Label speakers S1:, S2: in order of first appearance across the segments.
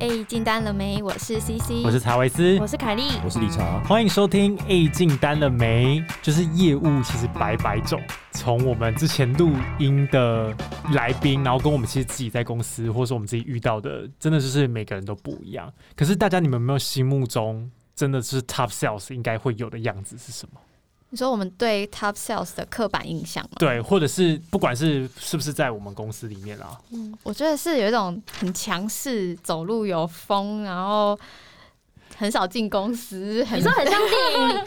S1: 哎，进单了没？我是 CC，
S2: 我是查维
S3: 嗯
S2: 斯
S1: 我，是凯莉。
S4: 我是理查，
S2: 欢迎收听 A 进单了没？就是业务其实百百种，从我们之前录音的来宾，然后跟我们其实自己在公司，或者说我们自己遇到的，真的就是每个人都不一样。可是大家你们有没有心目中真的是 top sales 应该会有的样子是什么？
S1: 你说我们对 Top Sales 的刻板印象吗？
S2: 对，或者是不管是是不是在我们公司里面啊啦，
S1: 我觉得是有一种很强势，走路有风，然后很少进公司，很
S3: 你说很像电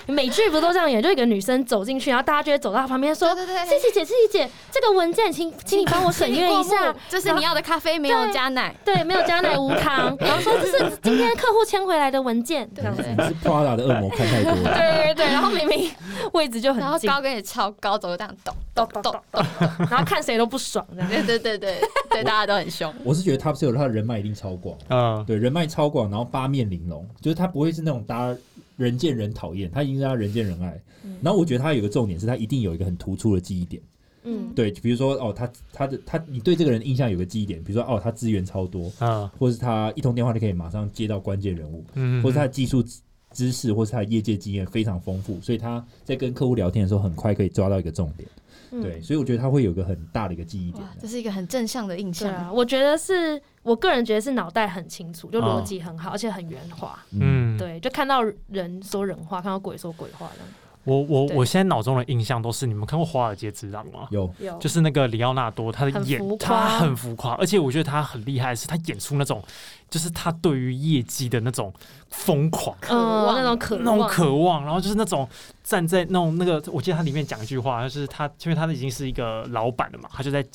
S3: 影美剧不都这样演？就一个女生走进去，然后大家就会走到她旁边说
S1: 对对：“
S3: 谢
S1: 对，
S3: 谢姐，谢谢姐，这个文件请请你帮我审阅一下。
S1: 这是你要的咖啡没有加奶，”
S3: 对，没有加奶无糖，然后说这 是今天客户签回来的文件，这样子。
S4: 你是 Prada 的恶魔看太多 了。
S3: 对对对，然后明明位置就
S1: 然后
S3: 很近，
S1: 高跟也超高，走路这样咚
S3: 咚
S1: 咚
S3: 咚
S1: 咚
S3: 咚，咚，然后看谁都不爽这样。
S1: 对对对 对对，大家都很凶。
S4: 我是觉得 Top Sale 他的人脉一定超广，
S2: 嗯，
S4: 对，人脉超广，然后八面玲珑，就是他不会是那种大家人见人讨厌，他一定是他人见人爱。然后我觉得他有一个重点是他一定有一个很突出的记忆点，
S3: 嗯，
S4: 对，比如说哦，他他的他，你对这个人的印象有个记忆点，比如说哦，他资源超多，
S2: 嗯
S4: 或是他一通电话就可以马上接到关键人物，
S2: 嗯
S4: 或是他的技术知识或是他的业界经验非常丰富，所以他在跟客户聊天的时候很快可以抓到一个重点，
S3: 嗯
S4: 对，所以我觉得他会有一个很大的一个记忆点
S1: 哇。，这是一个很正向的印
S3: 对
S1: 象。
S3: 啊，我觉得是我个人觉得是脑袋很清楚，就
S2: 嗯
S3: 逻辑很好，而且很圆滑。
S4: 嗯，
S3: 对，就看到人说人话，看到鬼说鬼话这
S2: 我我
S3: 对
S2: 我现在脑中的印象都是，你们看过《华尔街之狼》吗？
S4: 有。
S3: 样。有，
S2: 就是那个里奥纳多，他的
S3: 很
S2: 演
S3: 浮夸
S2: 他很浮夸，而且我觉得他很厉害的是，他演出那种就是他对于业绩的那种疯狂。
S1: 渴
S3: 嗯
S1: 望
S3: 那种渴
S2: 那种
S3: 望
S2: 渴望，然后就是那种站在那种那个，我记得他里面讲一句话，就是他因为他已经是一个老板了嘛，他就在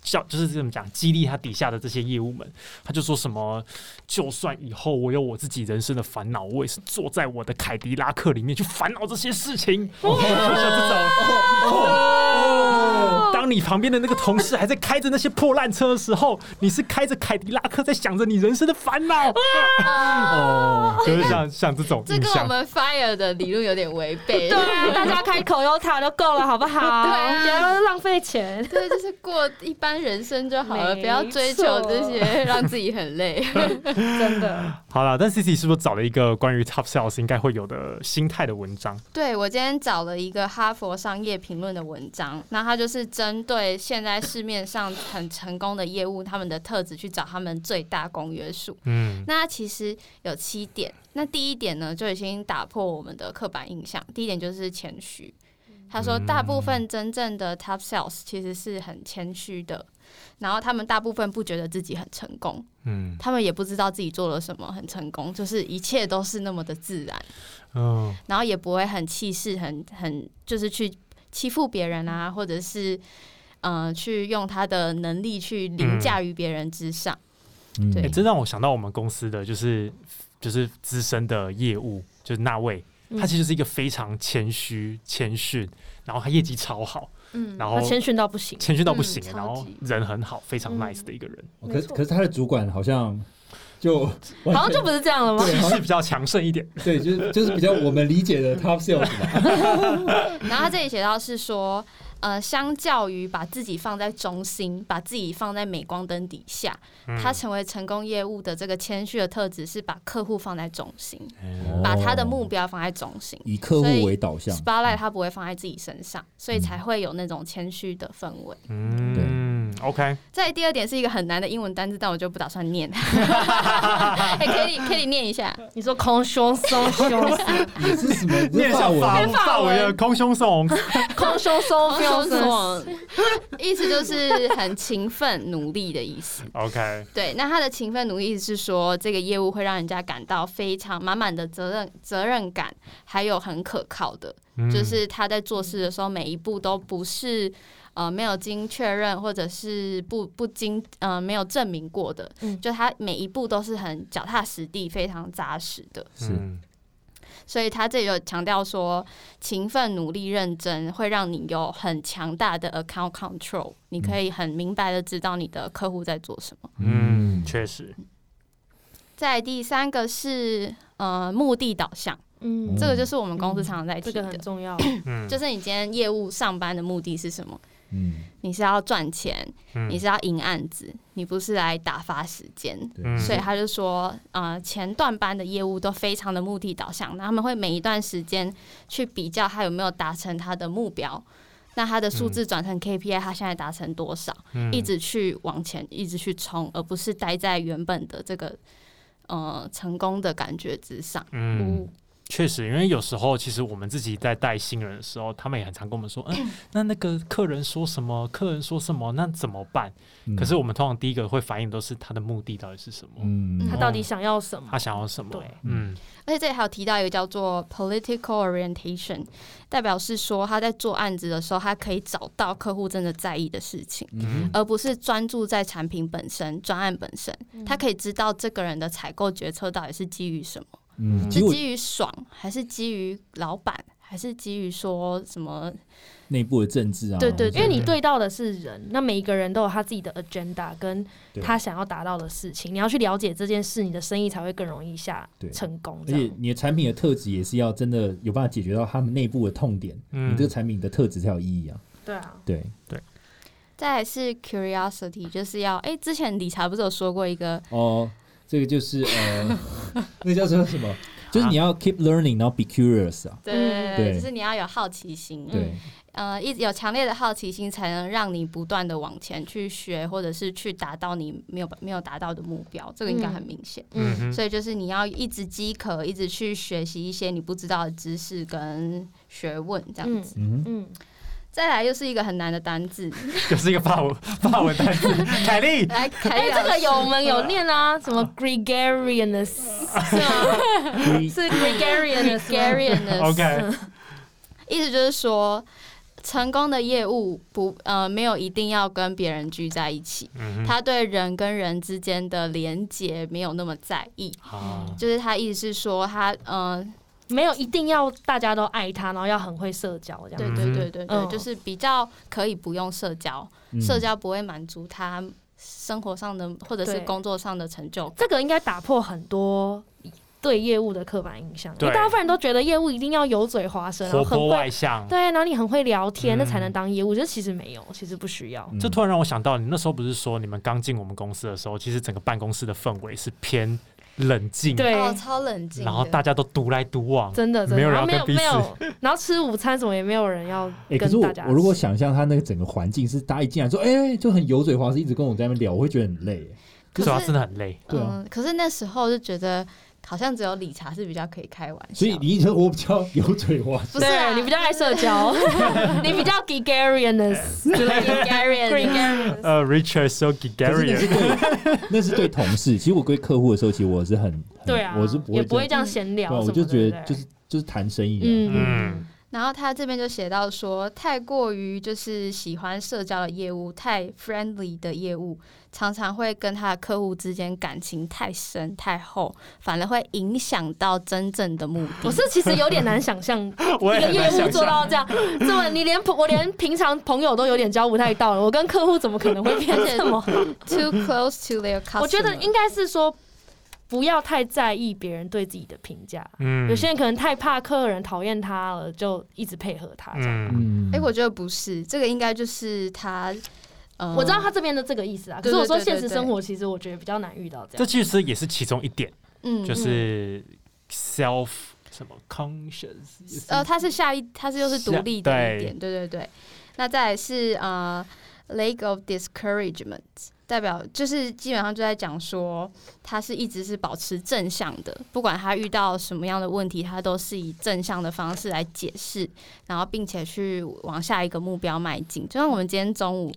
S2: 叫就是怎么讲激励他底下的这些业务们，他就说什么，就算以后我有我自己人生的烦恼，我也是坐在我的凯迪拉克里面去烦恼这些事情，哦、像这种。哦当你旁边的那个同事还在开着那些破烂车的时候，你是开着凯迪拉克在想着你人生的烦恼，哦，就是像像这种
S1: 这
S2: 印
S1: 跟我
S2: 象。
S1: 们 fire 的理论有点违背。
S3: 对啊，大家开口有塔就够了，好 不好？
S1: 啊
S3: 不要浪费钱。
S1: 对，就是过一般人生就好了，
S3: 没
S1: 不要追求
S3: 错
S1: 这些，让自己很累。
S3: 真 的，
S2: 好了，但 C C 是不是找了一个关于 top sales 应该会有的心态的文章？
S1: 对我今天找了一个哈佛商业评论的文章，那它就是针对现在市面上很成功的业务，他们的特质去找他们最大公约数。
S2: 嗯
S1: 那其实有七点，那第一点呢就已经打破我们的刻板印象。第一点就是谦虚，他说
S2: 嗯
S1: 大部分真正的 top sales 其实是很谦虚的，然后他们大部分不觉得自己很成功。
S2: 嗯
S1: 他们也不知道自己做了什么很成功，就是一切都是那么的自然，
S2: 嗯
S1: 然后也不会很气势，很很就是去欺负别人啊，
S4: 嗯
S1: 或者是呃去用他的能力去凌驾于别人之上。
S4: 嗯
S1: 对
S2: 欸，这让我想到我们公司的就是就是资深的业务，就是那位，
S1: 嗯
S2: 他其实是一个非常谦虚、谦逊，然后他业绩超好，
S3: 嗯
S2: 然后
S3: 他谦逊到不行，
S2: 谦逊到不
S1: 嗯
S2: 行、欸
S1: 超级
S2: 然后人很好，非常
S3: 嗯
S2: nice 的一个 人，
S4: 哦可
S3: 没
S4: 是
S3: 错
S4: 可是他的主管好像就
S3: 好
S4: 完
S3: 像
S4: 全
S3: 就不是这样了吗？
S4: 对
S2: 气
S4: 好
S2: 势
S4: 像
S2: 比较强盛一 点。
S4: 对，就是就是比较我们理解的 top sales 吧。
S1: 然后他这里写到是说，呃，相较于把自己放在中心，把自己放在镁光灯底下，
S4: 嗯
S1: 他成为成功业务的这个谦虚的特质是把客户放在中心，
S4: 哦
S1: 把他的目标放在中心。
S4: 以客户为导向，
S1: spotlight 他不会放在自己身上，
S4: 嗯
S1: 所以才会有那种谦虚的氛围。
S2: 嗯，OK，
S1: 再来第二点是一个很难的英文单字，但我就不打算念。哎 k e l l y k e l l y 念一下。
S3: 你说空胸松胸，
S4: 你是什么？你
S2: 面
S4: 是法
S2: 向
S4: 文
S2: 法
S4: 吗
S2: 文法文的空胸颂，
S3: 空胸松 胸
S1: 什
S3: 松，
S1: 么？意思就是很勤奋努力的意思。
S2: OK，
S1: 对，那他的勤奋努力是说，这个业务会让人家感到非常满满的责任责任感，还有很可靠的，
S2: 嗯
S1: 就是他在做事的时候，每一步都不是呃没有经确认或者是不不经呃没有证明过的，
S3: 嗯
S1: 就他每一步都是很脚踏实地、非常扎实的。
S4: 是
S2: 嗯
S1: 所以他这里有强调说，勤奋、努力、认真会让你有很强大的 account control，你可以很明白的知道你的客户在做什么。
S2: 嗯，确实，
S1: 再来第三个是呃目的导向，
S3: 嗯，
S1: 这个就是我们公司常常在
S3: 这
S1: 提
S3: 个
S1: 的，
S3: 很重要。
S2: 嗯，
S1: 就是你今天业务上班的目的是什么？
S4: 嗯，
S1: 你是要赚钱，
S2: 嗯
S1: 你是要赢案子，你不是来打发时间。
S4: 对
S2: 嗯
S1: 所以他就说，呃，前段班的业务都非常的目的导向，那他们会每一段时间去比较他有没有达成他的目标，那他的数字转成 KPI，他现在达成多少，
S2: 嗯
S1: 一直去往前，一直去冲，而不是待在原本的这个呃成功的感觉之上。
S2: 嗯，确实，因为有时候其实我们自己在带新人的时候，他们也很常跟我们 说，嗯，那那个客人说什么，客人说什么，那怎么办？
S4: 嗯
S2: 可是我们通常第一个会反应都是他的目的到底是什么，
S4: 嗯
S3: 他到底想要什么
S2: 他？想要什么？
S3: 对
S2: 嗯
S1: 而且这里还有提到一个叫做 political orientation，代表是说他在做案子的时候，他可以找到客户真的在意的事情。
S4: 嗯
S1: 而不是专注在产品本身、专案本身，他可以知道这个人的采购决策到底是基于什么，
S4: 嗯，
S1: 是
S4: 其实我
S1: 基于爽，还是基于老板，还是基于说什么？
S4: 内部的政治啊，
S1: 对对
S4: 或者
S3: 因为你对到的是人，那每一个人都有他自己的 agenda 跟
S4: 对
S3: 他想要达到的事情，你要去了解这件事，你的生意才会更容易下
S4: 对
S3: 成功。
S4: 而
S3: 这样
S4: 且你的产品的特质也是要真的有办法解决到他们内部的痛点，
S2: 嗯
S4: 你这个产品的特质才有意义啊。
S3: 对啊，
S4: 对，
S1: 再来是 curiosity，就是要哎、之前理查不是有说过一个
S4: 哦，这个就是呃，那叫做什么？就是你要 keep learning，然后 be curious 啊。
S1: 对
S3: 嗯
S4: 对
S1: 就是你要有好奇心，
S4: 对，
S1: 呃，一有强烈的好奇心，才能让你不断的往前去学，或者是去达到你没有没有达到的目标，这个应该很明显。
S2: 嗯哼
S1: 所以就是你要一直饥渴，一直去学习一些你不知道的知识跟学问，这样子。
S4: 嗯，
S3: 嗯，
S1: 再来又是一个很难的单字，
S2: 又是一个法 文法文单词，凯莉，
S1: 来，
S3: 哎，
S1: 凯
S3: 这个有我们有
S2: 嗯
S3: 念啊，什么 gregarious 是吗？是 gregarious
S1: g a r i o u s
S2: OK
S1: 意思就是说，成功的业务不呃没有一定要跟别人聚在一起，
S2: 嗯哼，
S1: 他对人跟人之间的连结没有那么在意。
S2: 好，
S1: 就是他意思是说他，呃，
S3: 没有一定要大家都爱他，然后要很会社交这样。
S1: 对
S2: 嗯
S1: 对对对对，
S3: 嗯
S1: 就是比较可以不用社交，
S4: 嗯
S1: 社交不会满足他生活上的或者是
S3: 对
S1: 工作上的成就感。
S3: 这个应该打破很多对业务的刻板印象，因
S2: 对
S3: 为大部分人都觉得业务一定要油嘴滑舌，然
S2: 活
S3: 后很
S2: 泼
S3: 会
S2: 外向。
S3: 对，啊然后你很会聊天，
S2: 嗯
S3: 那才能当业务。就其实没有，其实不需要。
S4: 嗯
S2: 这突然让我想到，你那时候不是说你们刚进我们公司的时候，其实整个办公室的氛围是偏冷静，
S3: 对，
S1: 哦，超冷静的。
S2: 然后大家都独来独往，
S3: 真的真的，
S2: 没有人
S3: 然
S2: 要
S3: 后没
S2: 跟
S3: 有
S2: 彼
S3: 没
S2: 此
S3: 有，然后吃午餐什么也没有人要
S4: 哎，可
S3: 跟
S4: 是我
S3: 大家。
S4: 我如果想象他那个整个环境是大家一进来说，哎，就很油嘴滑舌，一直跟我在那边聊，我会觉得很累。
S1: 可
S2: 主
S1: 是
S2: 要真的很累。
S4: 对啊
S1: 嗯，可是那时候就觉得好像只有理查是比较可以开玩笑，
S3: 啊
S4: 所以你觉得我比较 油嘴滑舌，
S1: 不是啊
S3: 对你比较爱社 交，你比较 gregarious，
S1: 就是 Gregarian，
S2: 呃，Richard so
S4: 可是那
S2: gregarious，
S4: 是对，那是对同事。其实我对客户的时候，其实我是很，很
S3: 对啊，
S4: 我是不
S3: 也
S4: 会
S3: 不
S4: 这
S3: 会
S4: 样，
S3: 这样闲
S4: 对
S3: 聊什
S4: 啊，
S3: 么的，
S4: 我就觉
S3: 对
S4: 得
S3: 不对
S4: 就是就是谈生意啊，
S3: 嗯
S2: 嗯
S3: 嗯，
S1: 然后他这边就写到说，太过于就是喜欢社交的业务，太 friendly 的业务，常常会跟他的客户之间感情太深太厚，反而会影响到真正的目 的。
S3: 我是其实有点难想象
S2: 我也
S3: 一个
S2: 很
S3: 业
S2: 难
S3: 务
S2: 想
S3: 做
S2: 象。
S3: 到这样，这么你连我连平常朋友都有点交不太到了，我跟客户怎么可能会 变这么好？
S1: too close to their customer，
S3: 我觉得应该是说不要太在意别人对自己的评价，
S2: 嗯
S3: 有些人可能太怕客人讨厌他了，就一直配合他这样。
S2: 嗯
S4: 嗯，
S1: 哎、我觉得不是，这个应该就是他，呃，
S3: 我知道他这边的这个意思啊，可
S1: 对
S3: 是我说
S1: 对对对
S3: 现实生活其实我觉得比较难遇到这
S2: 这
S3: 样。
S2: 其实也是其中一点，
S1: 嗯，
S2: 就
S1: 嗯
S2: 是 self 什么 conscious，
S1: 呃，它是下一，它是又是独
S2: 下
S1: 立的一
S2: 对
S1: 点，对对对。那再来是呃，lack of discouragement，代表就是基本上就在讲说，他是一直是保持正向的，不管他遇到什么样的问题，他都是以正向的方式来解释，然后并且去往下一个目标迈进。就像我们今天中午，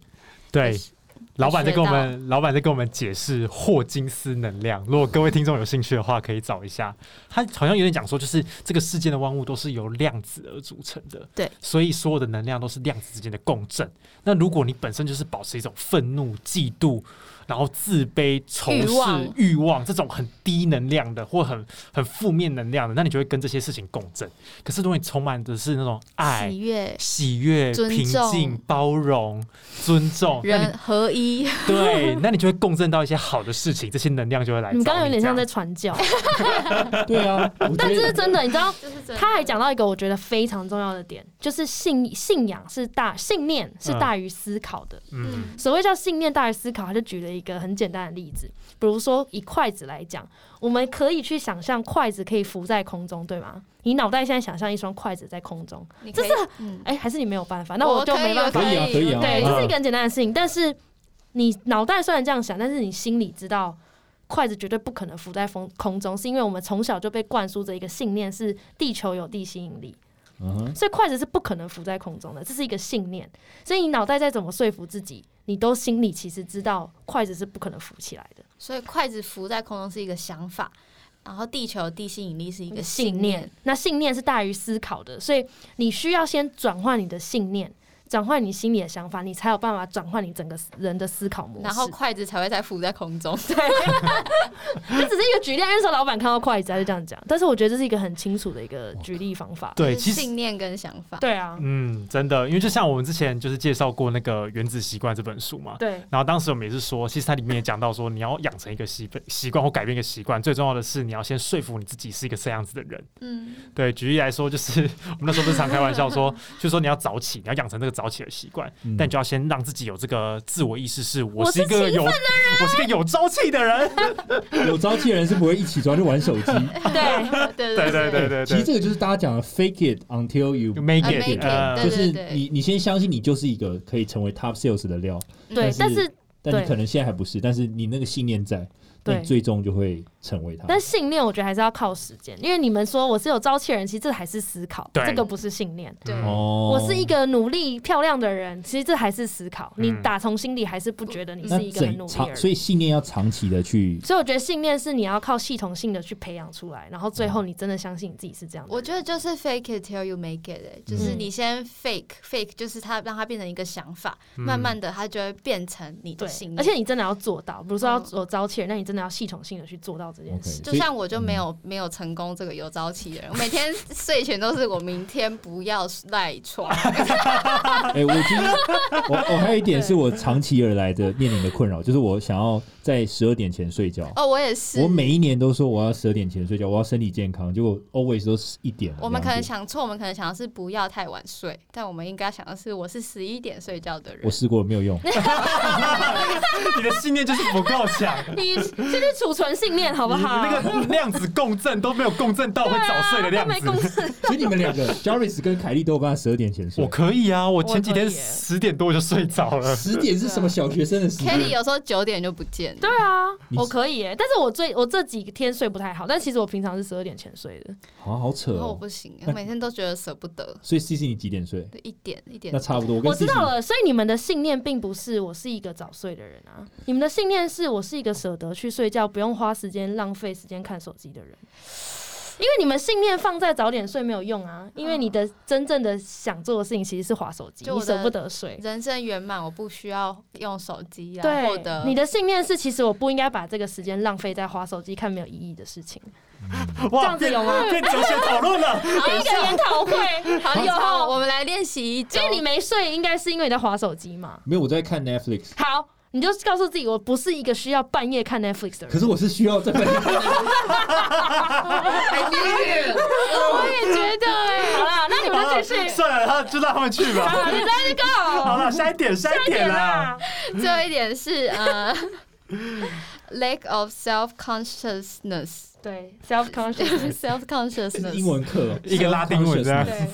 S2: 对
S1: 也是。
S2: 老板在跟我们，老板在跟我们解释霍金斯能量。如果各位听众有兴趣的话，可以找一下。他好像有点讲说，就是这个世界的万物都是由量子而组成的，
S1: 对，
S2: 所以所有的能量都是量子之间的共振。那如果你本身就是保持一种愤怒、嫉妒，然后自卑、仇
S1: 欲
S2: 视
S1: 望、
S2: 欲望这种很低能量的或很很负面能量的，那你就会跟这些事情共振。可是如果你充满的是那种爱
S1: 喜、悦、
S2: 喜悦、
S1: 尊
S2: 平
S1: 重
S2: 静、包容、尊重，那你
S1: 人合一一，
S2: 对，那你就会共振到一些好的事情，这些能量就会来找
S3: 你
S2: 你这样。
S3: 刚刚有点像在 传教，
S4: 对啊， 我
S3: 但这
S4: 觉
S3: 是
S4: 得
S3: 真的，你知道。
S1: 就是真的
S3: 他还讲到一个我觉得非常重要的点，就是信信仰是大信念是大于思考的。
S2: 嗯，
S3: 所谓叫信念大于思考，他就举了一个很简单的例子，比如说以筷子来讲，我们可以去想象筷子可以浮在空中，对吗？你脑袋现在想象一双筷子在空中，
S1: 你
S3: 这
S1: 可以
S3: 是
S1: 嗯，
S3: 哎、还是你没有办法，那我就
S1: 可以
S3: 没办法
S1: 我。
S4: 可以啊可以啊
S3: 对，
S1: 我
S3: 这是一个很简单的事情，但是你脑袋虽然这样想，但是你心里知道。筷子绝对不可能浮在风空中，是因为我们从小就被灌输着一个信念，是地球有地吸引力。
S4: 嗯哼，
S3: 所以筷子是不可能浮在空中的，这是一个信念。所以你脑袋再怎么说服自己，你都心里其实知道筷子是不可能浮起来的。
S1: 所以筷子浮在空中是一个想法，然后地球地吸引力是一
S3: 一
S1: 个
S3: 个
S1: 信
S3: 信
S1: 念
S3: 念，，那信念是大于思考的，所以你需要先转换你的信念，转换你心里的想法，你才有办法转换你整个人的思考模式。
S1: 然后筷子才会再浮在空 中。
S3: 这只是一个举例啊，因为那时候老板看到筷子他就这样讲，但是我觉得这是一个很清楚的一个举例方法。
S2: 对，
S1: 就是
S2: 其实
S1: 信念跟想法，
S3: 对啊，
S2: 嗯，真的，因为就像我们之前就是介绍过那个《原子习惯》这本书嘛，
S3: 对，
S2: 然后当时我们也是说，其实它里面也讲到说，你要养成一个习惯习惯或改变一个习惯，最重要的是你要先说服你自己是一个这样子的人。
S1: 嗯，
S2: 对，举例来说，就是 我们那时候不是常开玩笑说，就说你要早起，你要养成这个早起的习惯，
S4: 嗯
S2: 但你就要先让自己有这个自我意识，是我
S3: 我
S2: 是一
S3: 是
S2: 个
S3: 勤
S2: 有我是一个有朝气的人。
S4: 有朝气的人是不会一起床就玩手机。
S3: 对，
S1: 对
S2: 对
S1: 对
S2: 对对对
S4: 其实
S2: 对
S4: 这个就是大家讲的 fake it until you，
S2: ，make
S1: ，make
S2: it，
S1: it，
S2: 呃
S3: 嗯
S1: 对
S4: 就是你你先相信你就是一个可以成为 top sales 的料，
S3: 对，
S1: 嗯
S3: 但
S4: 但是
S3: 是
S4: 但你
S3: 对
S4: 可能现在还不是，但是你那个信念在，那
S3: 对
S4: 你最终就会成为他。
S3: 但信念我觉得还是要靠时间，因为你们说我是有朝气的人，其实这还是思考，
S2: 对
S3: 这个不是信念。
S1: 对
S2: 嗯
S4: 哦
S3: 我是一个努力漂亮的人，其实这还是思考。
S2: 嗯
S3: 你打从心里还是不觉得你
S4: 那
S3: 是一个很努
S4: 整
S3: 力的人，
S4: 长，所以信念要长期 的去，
S3: 所以我觉得信念是你要靠系统性的去培养出来，然后最后你真的相信你自己是这样的人。
S1: 我觉得就是 fake it till you make it，、欸、就是
S3: 嗯
S1: 你先 fake fake，就是它让它变成一个想法，慢慢的它就会变成你的
S3: 对
S1: 信，念。
S3: 而且你真的要做到，比如说要
S1: 嗯
S3: 有朝气人，那你真的要系统性的去做到这件
S4: OK
S3: 事。
S1: 就像我就
S4: 嗯
S1: 没有、没有成功这个有朝气的人，我每天睡前都是我明天不要赖床，
S4: 哎、我其实我我还有一点是我长期而来的面临的困扰，就是我想要在十二点前睡觉。
S1: 哦，我也是。
S4: 我每一年都说我要十二点前睡觉，我要身体健康，结果 always 都是一点了。
S1: 我们可
S4: 两
S1: 能
S4: 点
S1: 想错，我们可能想的是不要太晚睡，但我们应该想的是我是十一点睡觉的人
S4: 我。试过了没 有用，
S2: 你的信念就是不够强。
S3: 你先去储存信念 好不
S2: 你
S3: 好？
S2: 那个量子共振都没有共振到会早睡的
S3: 对啊
S2: 量
S3: 都没共
S2: 子。
S3: 识。
S4: 所以你们两个 Jarvis 跟凯莉都有办法十二点前
S2: 我
S4: 睡。
S2: 可以啊，我
S3: 可以
S2: 前几天
S3: 耶
S2: 十点多我就睡着了。
S4: 十点是什么小学生的时间？
S1: Kelly 有时候九点就不见了
S3: 对，啊
S4: 你，
S3: 我可以耶，但是我最我这几天睡不太好，但其实我平常是十二点前睡的。
S4: 好好扯
S1: 然后我
S4: 哦。
S1: 不行，我每天都觉得舍不得，
S4: 所以 C C 你几点睡？
S1: 对一点一点
S4: 那。差不多。我跟
S3: 我知
S4: C C
S3: 道了，所以你们的信念并不是我是一个早睡的人啊，你们的信念是我是一个舍得去睡觉，不用花时间浪费时间看手机的人。因为你们信念放在早点睡没有用啊，因为你的真正的想做的事情其实是划手机，
S1: 嗯就
S3: 你
S1: 我的
S3: 舍不得睡。
S1: 人生圆满，我不需要用手机啊来获
S3: 对
S1: 得，
S3: 你的信念是其实我不应该把这个时间浪费在划手机看没有意义的事情。
S2: 哇，
S3: 这样子有吗
S2: 变变哲学讨论 了。
S3: 一个研讨会，
S1: 好
S3: 有
S1: 有，我们来练习一周
S3: 因哎为你 没睡，应该是因为你在划手机嘛。
S4: 没有我在看 Netflix，
S3: 好，你就告诉自己，我不是一个需要半夜看 Netflix 的人。
S4: 可是我是需要在半夜看
S3: 我也觉得哎、好啦，那你
S2: 好
S3: 们
S2: 了
S3: 继续，
S2: 算了，他就让他们去吧。
S3: 好，你再去 go，
S2: 好了，下一点，下一点啊
S3: 啊
S2: 啦。。
S1: 最后一点是呃，lack of self consciousness
S3: 对，self conscious，
S1: self
S4: 这是英
S1: consciousness
S4: 文课哦，
S2: 一个拉丁文这样
S4: Self-consciousness
S3: 对，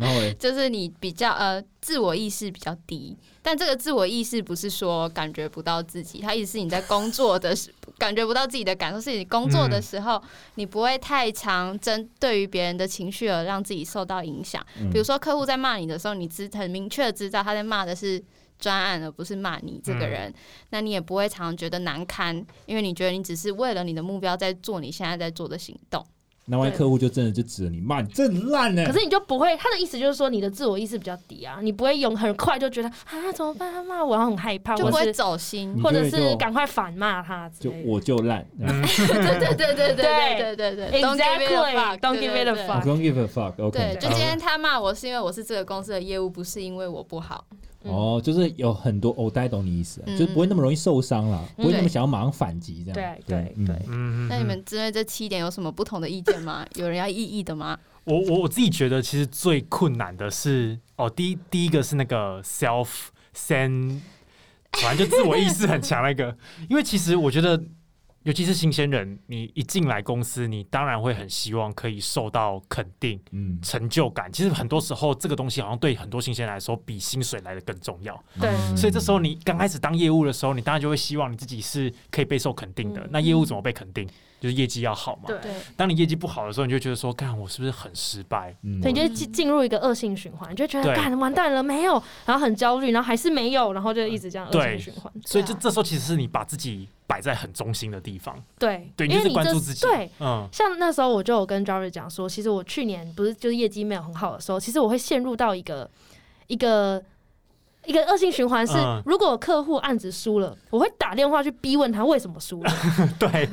S4: 然后嘞，
S1: 就是你比较呃自我意识比较低，但这个自我意识不是说感觉不到自己，它意思是你在工作的时感觉不到自己的感受，是你工作的时候、
S3: 嗯
S1: 你不会太常针对于别人的情绪而让自己受到影响。
S4: 嗯
S1: 比如说客户在骂你的时候，你知很明确地知道他在骂的是专案，而不是骂你这
S3: 嗯
S1: 个人，那你也不会常觉得难堪，因为你觉得你只是为了你的目标在做你现在在做的行动。
S4: 那万一客户就真的就指着你骂你，这很烂呢。
S3: 可是你就不会，他的意思就是说你的自我意识比较低啊，你不会用很快就觉得啊怎么办，他骂我，然后很害怕，
S1: 就不
S3: 或
S1: 会
S3: 是
S1: 走心
S4: 你，
S3: 或者
S4: 就会
S3: 是
S4: 就
S3: 赶快反骂他之
S4: 就
S3: 类的。
S4: 我就烂。嗯
S1: 对对对对对对对对
S3: Exactly，don't give it
S1: 对对
S3: a
S1: 对
S3: fuck
S4: I don't give a fuck。
S1: 对，
S4: OK，
S1: 就今天他骂我是因为我是这个公司的业务，不是因为我不好。
S3: 嗯
S4: 哦，就是有很多，我大概懂你意思啊，
S3: 嗯
S4: 就不会那么容易受伤啦，
S3: 嗯
S4: 不会那么想要马上反击这样。
S3: 对对
S4: 嗯
S3: 对，
S2: 嗯，嗯
S1: 那你们
S2: 嗯
S1: 针对这七点有什么不同的意见吗？有人要异议的吗？
S2: 我我我自己觉得，其实最困难的是哦，第一第一个是那个 self sen，反正就自我意识很强那个，因为其实我觉得。尤其是新鲜人，你一进来公司，你当然会很希望可以受到肯定、
S4: 嗯，
S2: 成就感。其实很多时候，这个东西好像对很多新鲜人来说，比薪水来的更重要。
S3: 对
S4: 嗯
S2: 所以这时候你刚开始当业务的时候，你当然就会希望你自己是可以备受肯定的。
S3: 嗯
S2: 那业务怎么被肯定？就是业绩要好嘛。
S3: 对
S1: 对，
S2: 当你业绩不好的时候，你就觉得说，干我是不是很失败？
S4: 嗯
S3: 所以你就进进入一个恶性循环，你就觉得
S2: 对
S3: 干完蛋了没有，然后很焦虑，然后还是没有，然后就一直这样恶性
S2: 对
S3: 循环。
S2: 所以就这时候其实是你把自己摆在很中心的地方，
S3: 对，
S2: 对，
S3: 因
S2: 就
S3: 为
S2: 是
S3: 你
S2: 关
S3: 这
S2: 注自己。
S3: 对。
S2: 嗯，
S3: 像那时候我就有跟 Jerry 讲说，其实我去年不是就是业绩没有很好的时候，其实我会陷入到一个一个一个恶性循环，是
S2: 嗯
S3: 如果客户案子输了，我会打电话去逼问他为什么输了。
S2: 对，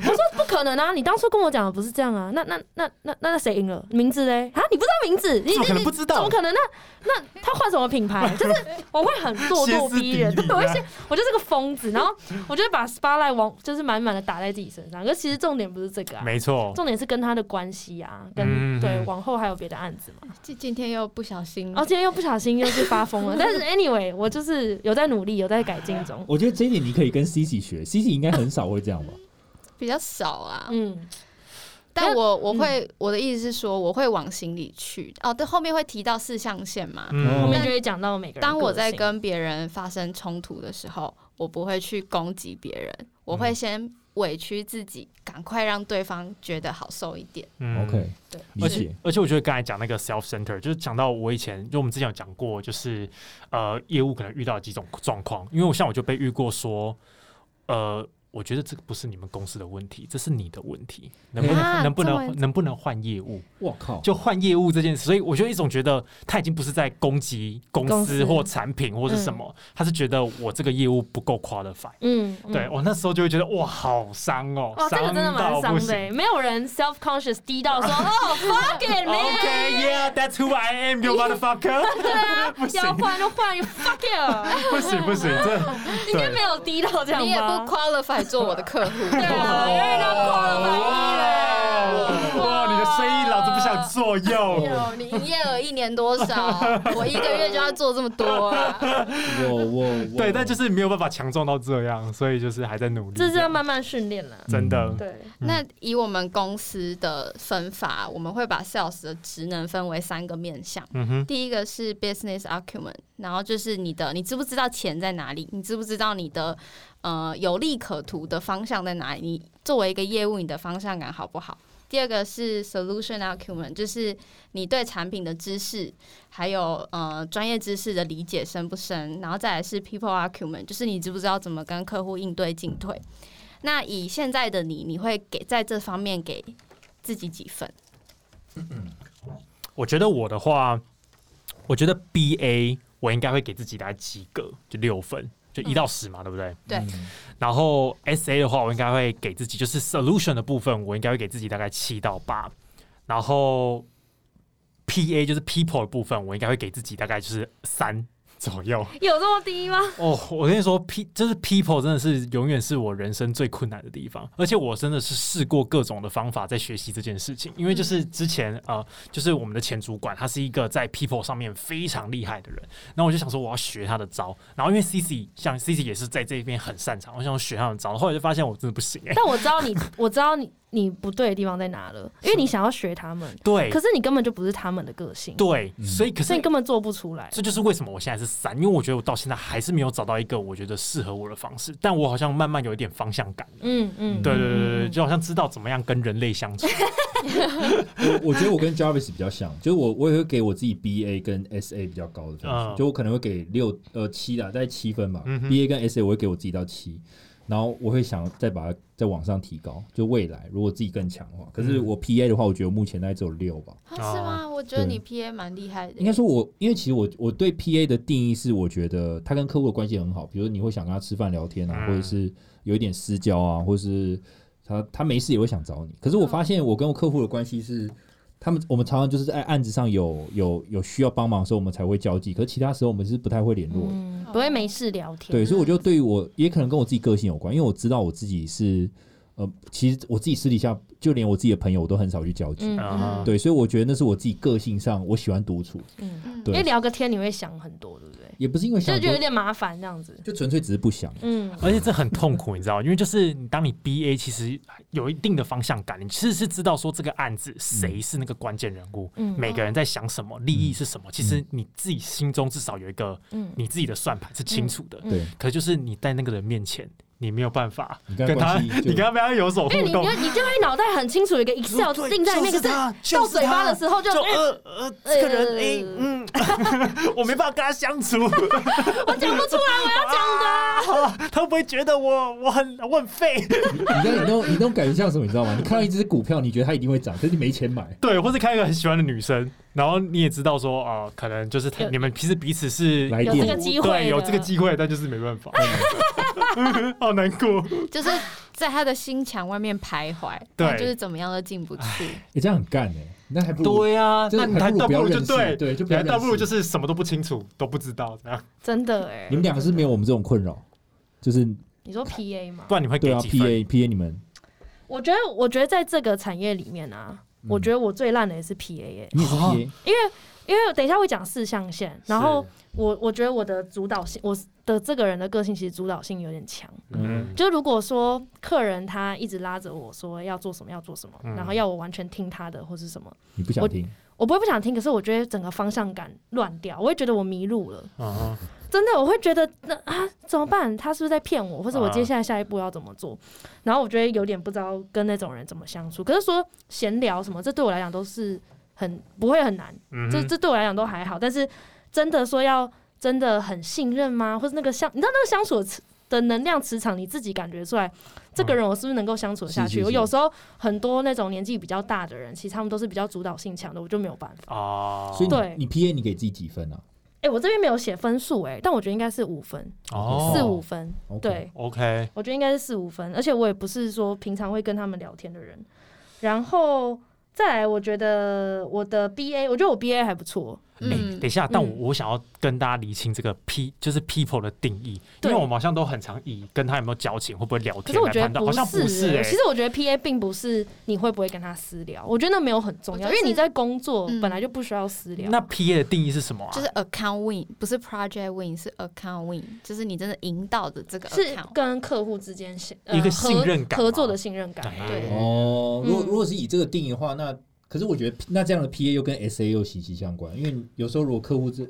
S3: 不可能啊！你当初跟我讲的不是这样啊？那那那那那那谁赢了？名字嘞？啊，你不知道名字？ 你
S2: 怎么可
S3: 你
S2: 能不知道
S3: 怎么可能？那那他换什么品 牌？就是我会很咄
S2: 歇
S3: 咄
S2: 斯
S3: 逼人，
S2: 底
S3: 对
S2: 里，
S3: 我会
S2: 啊
S3: 先，我就是个疯子，然后我就会把 spotlight 往就是满满的打在自己身上。可是其实重点不是这个啊，
S2: 没错。
S3: 重点是跟他的关系啊，跟、
S2: 嗯
S3: 对
S2: 嗯
S3: 往后还有别的案子嘛。
S1: 今今天又不小心
S3: 然后今天又不小心又去发 疯了，但是 anyway，我就是有在努力，有在改进中。
S4: 我觉得这一点你可以跟 C C 学，C C 应该很少会这样吧？
S1: 比较少啊，
S3: 嗯，
S1: 但
S3: 那
S1: 我我会、我的意思是说，我会往心里去哦。对，后面会提到四象限嘛。
S3: 后
S2: 嗯
S3: 面就会讲到每个人。
S1: 当我在，跟别人发生冲突的时候，我不会去攻击别人，我会先委屈自己，赶快让对方觉得好受一点。
S2: 嗯
S4: OK，
S1: 对
S4: 理
S2: 而且
S4: 解。
S2: 而且我觉得刚才讲那个 self center，就是讲到我以前，就我们之前有讲过，就是呃，业务可能遇到几种状况，因为我像我就被遇过说，呃，我觉得这个不是你们公司的问题，这是你的问题，能不能、
S1: 啊
S2: 能不
S1: 这么
S2: 能能不能换业务？
S4: 我靠，
S2: 就换业务这件事，所以我就一种觉得他已经不是在攻击公
S3: 公司
S2: 司或产品或是什么，他是觉得我这个业务不够 qualify。
S3: 嗯，嗯
S2: 对我那时候就会觉得哇，好伤哦，
S3: 哇，这个真的蛮
S2: 到
S3: 伤
S2: 不
S3: 的
S2: 行。
S3: 欸，没有人 self conscious 低 到说哦 fuck it man，
S2: Okay, yeah, that's who I am, you motherfucker
S3: 对啊
S2: 不，行
S3: 要换就换，you fuck it，
S2: 不行不行， 这
S3: 应该没有低到这样吧？
S1: 你也不 qualify 做我的客户，
S3: 对啊，因为他跨了百亿
S2: 哇
S3: 了，
S2: 哇，你的生意老子不想做哟。
S1: 哎呦你营业额一年多少？我一个月就要做这么多啊！
S4: 我我
S2: 对，但就是没有办法强壮到这样，所以就是还在努力。
S3: 这是要慢慢训练了，
S2: 真的，
S3: 对，
S1: 那以我们公司的分法，我们会把 sales 的职能分为三个面向。
S2: 嗯哼，
S1: 第一个是 business acumen，然后就是你的，你知不知道钱在哪里？你知不知道你的呃有利可图的方向在哪里？你作为一个业务，你的方向感好不好？第二个是 solution acumen，就是你对产品的知识，还有呃专业知识的理解深不深？然后再来是 people acumen，就是你知不知道怎么跟客户应对进退？那以现在的你，你会给在这方面给自己几分？
S2: 我觉得我的话，我觉得 B A 我应该会给自己大概及格，就六分，就一到十嘛，对不对？
S1: 对
S2: 然后 S A 的话，我应该会给自己就是 solution 的部分，我应该会给自己大概七到八。然后 P A 就是 people 的部分，我应该会给自己大概就是三左右。
S3: 有这么低吗？
S2: 哦，我跟你说，P 就是 people 真的是永远是我人生最困难的地方，而且我真的是试过各种的方法在学习这件事情，因为
S3: 嗯
S2: 就是之前呃，就是我们的前主管他是一个在 people 上面非常厉害的人，然后我就想说我要学他的招，然后因为 CC 像 CC 也是在这边很擅长，我想学他的招，后来就发现我真的不行哎、
S3: 但我知道你，我知道你你不对的地方在哪了，因为你想要学他们，
S2: 对
S3: 可是你根本就不是他们的个性，
S2: 对，
S4: 嗯
S2: 所以可
S3: 所
S2: 是
S3: 以你根本做不出来。
S2: 这就是为什么我现在是三，因为我觉得我到现在还是没有找到一个我觉得适合我的方式，但我好像慢慢有一点方向感了。
S3: 嗯嗯，
S2: 对对对对
S3: 嗯
S2: 对，就好像知道怎么样跟人类 相处。
S4: 我我觉得我跟 Jarvis 比较像，就是我我也会给我自己 B A 跟 S A 比较高的分数，
S2: 嗯
S4: 就我可能会给六呃七啦，大概七分吧。
S2: 嗯哼
S4: B A 跟 S A 我会给我自己到七，然后我会想再把它再往上提高，就未来如果自己更强的话。可
S2: 嗯
S4: 是我 P A 的话，我觉得我目前大概只有六吧。
S1: 啊是吗？我觉得你 P A 蛮厉害的耶。
S4: 应该说我，因为其实我我对 P A 的定义是，我觉得他跟客户的关系很好，比如你会想跟他吃饭聊天啊，
S2: 嗯
S4: 或者是有一点私
S3: 嗯
S4: 交啊，或是他他没事也会想找你。可是我发现我跟我客户的关系是，他们我们常常就是在案子上有有有需要帮忙的时候，我们才会交际，可是其他时候我们是不太会联络的。
S3: 嗯，不会没事聊天。
S4: 对，所以我觉得对于我也可能跟我自己个性有关，因为我知道我自己是呃，其实我自己私底下就连我自己的朋友我都很少去交际。
S3: 嗯
S2: 啊
S3: 嗯
S4: 对，所以我觉得那是我自己个性上，我喜欢独处，
S3: 嗯，
S1: 嗯
S3: 因
S4: 对
S3: 为聊个天你会想很多，对不对？
S4: 也不是因为
S3: 就
S4: 想
S3: 觉
S4: 说
S3: 得有点麻烦这样子。
S4: 就纯粹只是不想。
S3: 嗯，
S2: 而且这很痛苦，你知道，因为就是你当你 B A 其实有一定的方向感，你其实是知道说这个案子谁是那个关键人物，
S3: 嗯
S2: 每个人在想什么，利益是什么，其实你自己心中至少有一个
S3: 嗯，
S2: 你自己的算盘是清楚的，
S3: 嗯
S4: 对，
S2: 可就是你在那个人面前，你没有办法
S4: 你跟他
S2: 跟他，
S4: 关系就
S2: 你跟他不要有所
S3: 因为
S2: 互
S3: 你
S2: 动
S3: 你。你就会脑袋很清楚，有一个 Excel 定在那个，到
S2: 就是
S3: 嘴巴
S2: 他
S3: 的时候就
S2: 就
S3: 哎
S2: 呃呃，这个人
S3: 呃
S2: 诶，嗯， 我没办法跟他相处，
S3: 我讲不出来，我要讲的。
S2: 啊 他会不会觉得我我很我很废？
S4: 你知道你那种你那种感觉像什么？你知道吗？你看到一只股票，你觉得它一定会涨，可是你没钱买。
S2: 对，或是看一个很喜欢的女生，然后你也知道说啊、可能就是他
S3: 有
S2: 你们平时彼此是
S4: 来
S3: 有
S4: 电
S3: 这个机会
S2: 对
S3: 的，
S2: 有这个机会，但就是没办法， 好难过。
S1: 就是在他的心墙外面徘徊，
S2: 对
S1: 但就是怎么样都进不去。
S4: 你、这样很干哎、那还不如
S2: 对啊呀、
S4: 就
S2: 那
S4: 是
S2: 你还
S4: 还不
S2: 倒
S4: 如不
S2: 不
S4: 要
S2: 如
S4: 认
S2: 就
S4: 识，
S2: 对，
S4: 对，就
S2: 你
S4: 不要
S2: 还
S4: 认识
S2: 倒不如就是什么都不清楚，都不知道怎样，
S3: 真的哎
S4: 你。们两个是没有我们这种困扰，就是
S3: 你说 PA 吗
S2: 不？然你会
S4: 对
S2: 给
S4: 啊
S2: 几分？
S4: ，PA PA 你们，
S3: 我觉得，我觉得在这个产业里面啊，
S4: 嗯
S3: 我觉得我最烂的也是 PA 耶，
S4: 你也是
S2: 啊
S4: PA，、
S3: 因为因为等一下会讲四象限，然后我我觉得我的主导性，我的这个人的个性其实主导性有点强。
S2: 嗯，
S3: 就如果说客人他一直拉着我说要做什么要做什么，
S2: 嗯
S3: 然后要我完全听他的或是什么，
S4: 你不想
S3: 我
S4: 听，
S3: 我不会不想听，可是我觉得整个方向感乱掉，我会觉得我迷路了，
S2: 嗯
S3: 真的，我会觉得那啊怎么办？他是不是在骗我，或者我接下来下一步要怎么做？然后我觉得有点不知道跟那种人怎么相处。可是说闲聊什么，这对我来讲都是很不会很难，
S2: 嗯
S3: 这这对我来讲都还好。但是真的说要真的很信任吗？或者那个相，你知道那个相处的磁的能量磁场，你自己感觉出来，这个人我是不是能够相处得下
S4: 是
S3: 去？
S4: 是是
S3: 我有时候很多那种年纪比较大的人，其实他们都是比较主导性强的，我就没有办法。
S2: 哦，
S4: 所以
S3: 对
S4: 你你 PA 你给自己几分啊？
S3: 哎、我这边没有写分数哎、但我觉得应该是五分，
S2: 哦
S3: 四五分。
S4: OK
S3: 对，
S2: OK，
S3: 我觉得应该是四五分，而且我也不是说平常会跟他们聊天的人。然后再来，我觉得我的 BA，我觉得我 BA 还不错。
S2: 哎、
S1: 嗯
S2: 等一下，但我、
S3: 嗯
S2: 我想要跟大家厘清这个 P 就是 people 的定义，因
S3: 对
S2: 为我们好像都很常以跟他有没有交情、会不会聊
S3: 可
S2: 天
S3: 是我
S2: 来
S3: 觉得
S2: 判断，
S3: 不
S2: 好
S3: 是,、欸
S2: 像不是哎、
S3: 其实我觉得 PA 并不是你会不会跟他私聊，我觉得那没有很重要，
S1: 我觉
S3: 因
S1: 得
S3: 为
S1: 是
S3: 你在工作
S1: 嗯
S3: 本来就不需要私聊。
S2: 那 P A 的定义是什么啊？
S1: 就是 account win，不是 project win，是 account win，就是你真的赢到的这个
S3: 是
S1: account。
S3: 跟客户之间信呃
S2: 一个信任感吗
S3: 合合作的信任感。
S1: 对
S4: 哦，如果
S3: 嗯
S4: 如果是以这个定义的话，那可是我觉得那这样的 PA 又跟 SA 又息息相关，因为有时候如果客户这
S1: 哦，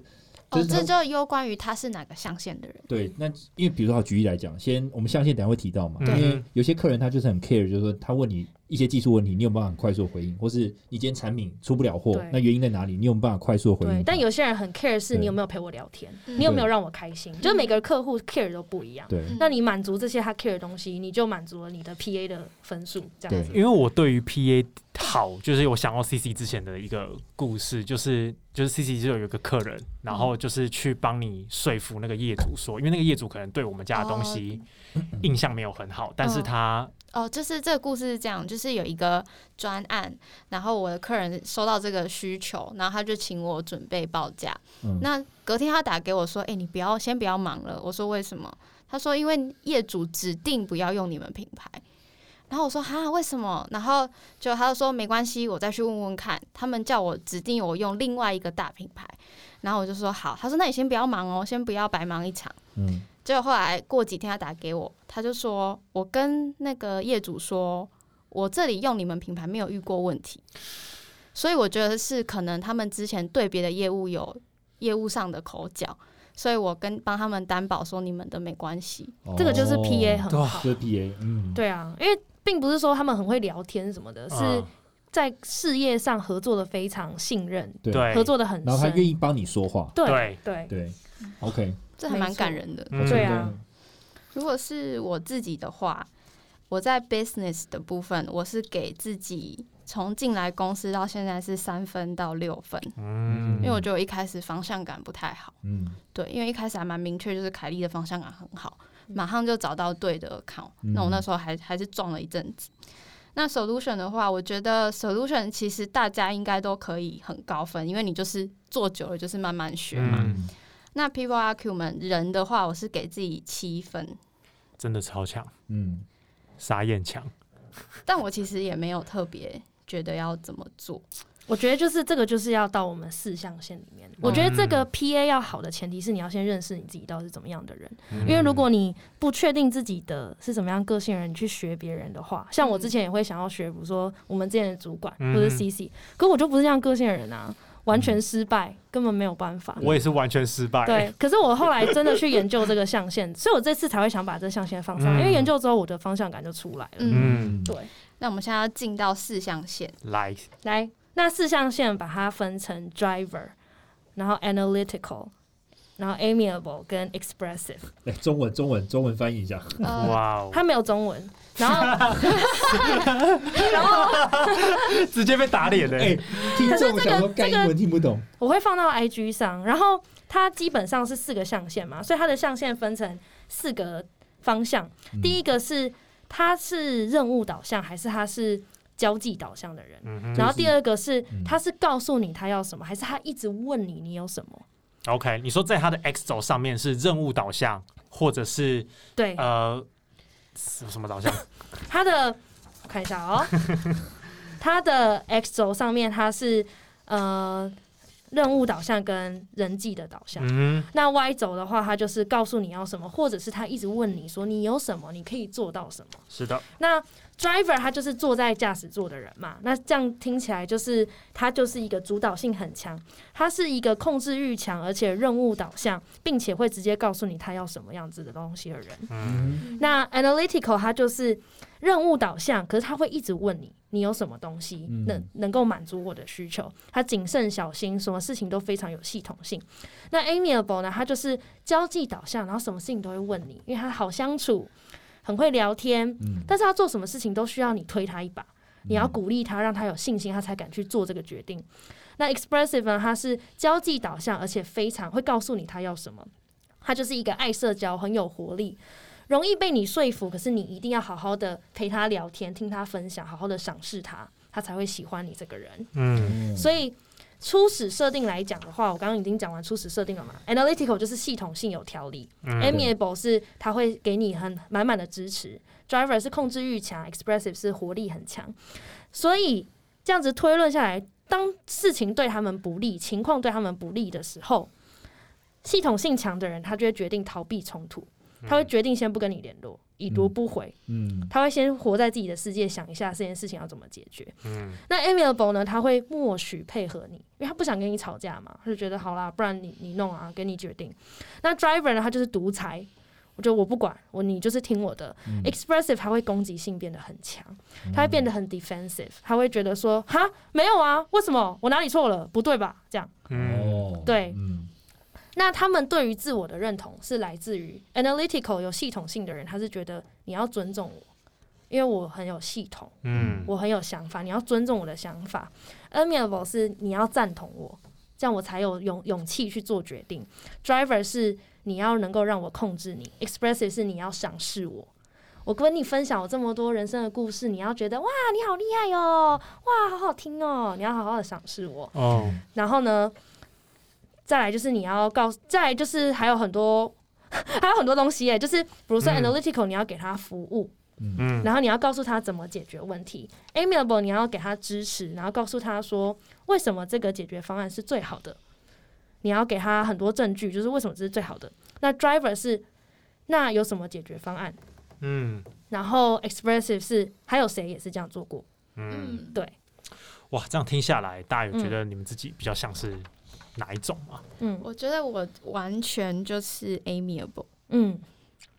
S4: 就是他
S1: 这就攸关于他是哪个象限的人。
S3: 嗯
S4: 对，那因为比如说，好举例来讲，先我们象限等一下会提到嘛，
S2: 对
S4: 因为有些客人他就是很 care，就是说他问你一些技术问题，你有没有办法很快速地回应，或是你今天产品出不了货
S3: 对，
S4: 那原因在哪里？你有没有办法快速地回
S3: 对
S4: 应，他？
S3: 但有些人很 care 是你
S4: 对
S3: 有没有陪我聊天，
S1: 嗯
S3: 你有没有让我开心，就是每个客户 care 都不一样。
S4: 对
S1: 嗯
S3: 那你满足这些他 care 的东西，你就满足了你的 PA 的分数，这样子
S2: 因。为我对于 PA 好，就是我想到 CC 之前的一个故事，就是就是 CC 就有一个客人，然
S3: 嗯
S2: 后就是去帮你说服那个业主说，因为那个业主可能对我们家的东西
S3: 哦
S2: 印象没有很好，但
S3: 嗯
S2: 是他
S1: 哦，就是这个故事是这样，就是有一个专案，然后我的客人收到这个需求，然后他就请我准备报价。
S4: 嗯
S1: 那隔天他打给我说：“哎、你不要先不要忙了。”我说：“为什么？”他说：“因为业主指定不要用你们品牌。”然后我说：“哈，为什么？”然后就他就说：“没关系，我再去问问看。”他们叫我指定我用另外一个大品牌，然后我就说：“好。”他说：“那你先不要忙哦，先不要白忙一场。”
S4: 嗯，
S1: 结果后来过几天他打给我，他就说我跟那个业主说，我这里用你们品牌没有遇过问题，所以我觉得是可能他们之前对别的业务有业务上的口角，所以我跟帮他们担保说你们的没关系。
S3: 这个就是
S4: 哦
S3: PA 很
S2: 对
S3: 好
S4: 就，是 PA，嗯，
S3: 对啊，因为并不是说他们很会聊天什么的，是
S2: 嗯
S3: 在事业上合作的非常信任，
S4: 对
S2: 对
S3: 合作的很
S4: 然后他愿
S3: 深，
S4: 意帮你说话，
S3: 对
S2: 对，
S3: 对
S4: 对，OK，
S1: 这还
S3: 没
S1: 蛮感
S3: 错
S1: 人的。
S2: 嗯
S3: 对啊
S1: 如果是我自己的话，我在 business 的部分，我是给自己从进来公司到现在是三分到六分，因
S2: 嗯
S1: 为我觉得我一开始方向感不太好。
S4: 嗯
S1: 对，因为一开始还蛮明确，就是凯莉的方向感很好，马上就找到对的 account、
S4: 嗯
S1: 那我那时候还还是撞了一阵子，那 solution 的话，我觉得 solution 其实大家应该都可以很高分，因为你就是做久了就是慢慢学嘛。
S2: 嗯，
S1: 那 people argument 人的话，我是给自己七分，
S2: 真的超强，
S4: 嗯，
S2: 傻眼强。
S1: 但我其实也没有特别觉得要怎么做。
S3: 我觉得就是这个就是要到我们四象限里
S2: 嗯
S3: 面。我觉得这个 PA 要好的前提是你要先认识你自己到底是怎么样的人，
S2: 嗯
S3: 因为如果你不确定自己的是怎么样个性的人，你去学别人的话，像我之前也会想要学，比如说我们之前的主管
S2: 嗯
S3: 或者 CC，可我就不是这样个性的人啊，完全失败，根本没有办法。
S2: 我也是完全失败。
S3: 对，可是我后来真的去研究这个象限，所以我这次才会想把这象限放上来，
S2: 嗯
S3: 因为研究之后我的方向感就出来了。
S1: 嗯，
S2: 嗯，
S3: 对，
S1: 那我们现在要进到四象限。
S2: 来，
S3: 来，那四象限把它分成 driver，然后 analytical，然后 amiable 跟 expressive，
S4: 来哎中文中文中文翻译一下，
S1: 呃，
S2: 哇哦，
S3: 它没有中文。然后
S2: 直接被打脸 欸的。
S4: 哎，听
S3: 可是这
S4: 众
S3: 个
S4: 想说干英文听不懂，
S3: 我会放到 IG 上，然后它基本上是四个象限嘛，所以它的象限分成四个方向。第一个是他是任务导向还是他是交际导向的人，
S2: 嗯哼
S3: 然后第二个是
S4: 嗯
S3: 他是告诉你他要什么，还是他一直问你你有什么？
S2: ，OK，你说在他的 X 轴上面是任务导向，或者是
S3: 对，
S2: 呃什什么导向？
S3: 它的我看一下哦，它的 X 轴上面它是呃任务导向跟人际的导向。
S2: 嗯
S3: 那 Y 轴的话，它就是告诉你要什么，或者是他一直问你说你有什么，你可以做到什么。
S2: 哼，是的，
S3: 那 driver 他就是坐在驾驶座的人嘛，那这样听起来就是他就是一个主导性很强，他是一个控制欲强，而且任务导向，并且会直接告诉你他要什么样子的东西的人。
S2: 嗯
S4: 嗯
S3: 那 analytical 它就是任务导向，可是他会一直问你，你有什么东西
S4: 嗯
S3: 能能够满足我的需求？他谨慎小心，什么事情都非常有系统性。那 amiable 呢，它就是交际导向，然后什么事情都会问你，因为他好相处，很会聊天，
S4: 嗯，
S3: 但是他做什么事情都需要你推他一把，你要鼓励他，让他有信心，他才敢去做这个决定。那 expressive 呢，它是交际导向，而且非常会告诉你他要什么。他就是一个爱社交、很有活力、容易被你说服，可是你一定要好好的陪他聊天，听他分享，好好的赏识他，他才会喜欢你这个人。
S2: 嗯
S4: 嗯
S3: 所以初始设定来讲的话，我刚刚已经讲完初始设定了嘛。Analytical 就是系统性有条理、a
S4: 嗯
S3: m i a b l e 是它会给你很满满的支持，Driver 是控制欲强，Expressive 是活力很强。所以这样子推论下来，当事情对他们不利、情况对他们不利的时候，系统性强的人他就会决定逃避冲突，他会决定先不跟你联络，已读不回。
S4: 嗯
S3: 他会先活在自己的世界，想一下这件事情要怎么解决。
S2: 嗯
S3: 那 amiable 呢，他会默许配合你，因为他不想跟你吵架嘛，他就觉得好啦，不然你你弄啊，给你决定。那 driver 呢，他就是独裁，我就我不管，我你就是听我的。expressive 他会攻击性变得很强，他会变得很 defensive，他会觉得说哈没有啊，为什么我哪里错了？不对吧？这样。
S2: 嗯
S4: 哦
S3: 对
S4: 嗯
S3: 那他们对于自我的认同是来自于 analytical 有系统性的人，他是觉得你要尊重我，因为我很有系统。
S2: 嗯
S3: 我很有想法，你要尊重我的想法。Amiable 是你要赞同我，这样我才有勇勇气去做决定。Driver 是你要能够让我控制你，Expressive 是你要赏识我。我跟你分享我这么多人生的故事，你要觉得哇，你好厉害哦，哇，好好听哦，你要好好的赏识我。
S2: 哦，
S3: 然后呢，再来就是你要告，再来就是还有很多， 还有很多东西耶，就是比如说
S2: 嗯
S3: analytical，、你要给他服务，
S2: 嗯
S3: 然后你要告诉他怎么解决问题。Amiable，你要给他支持，然后告诉他说为什么这个解决方案是最好的。你要给他很多证据，就是为什么这是最好的。那 Driver 是那有什么解决方案？
S2: 嗯
S3: 然后 Expressive 是还有谁也是这样做过？
S2: 嗯，
S1: 嗯，
S3: 对，
S2: 哇，这样听下来，大家有觉得你们自己比较像是哪一种啊吗？
S3: 嗯
S1: 我觉得我完全就是 amiable，
S3: 嗯，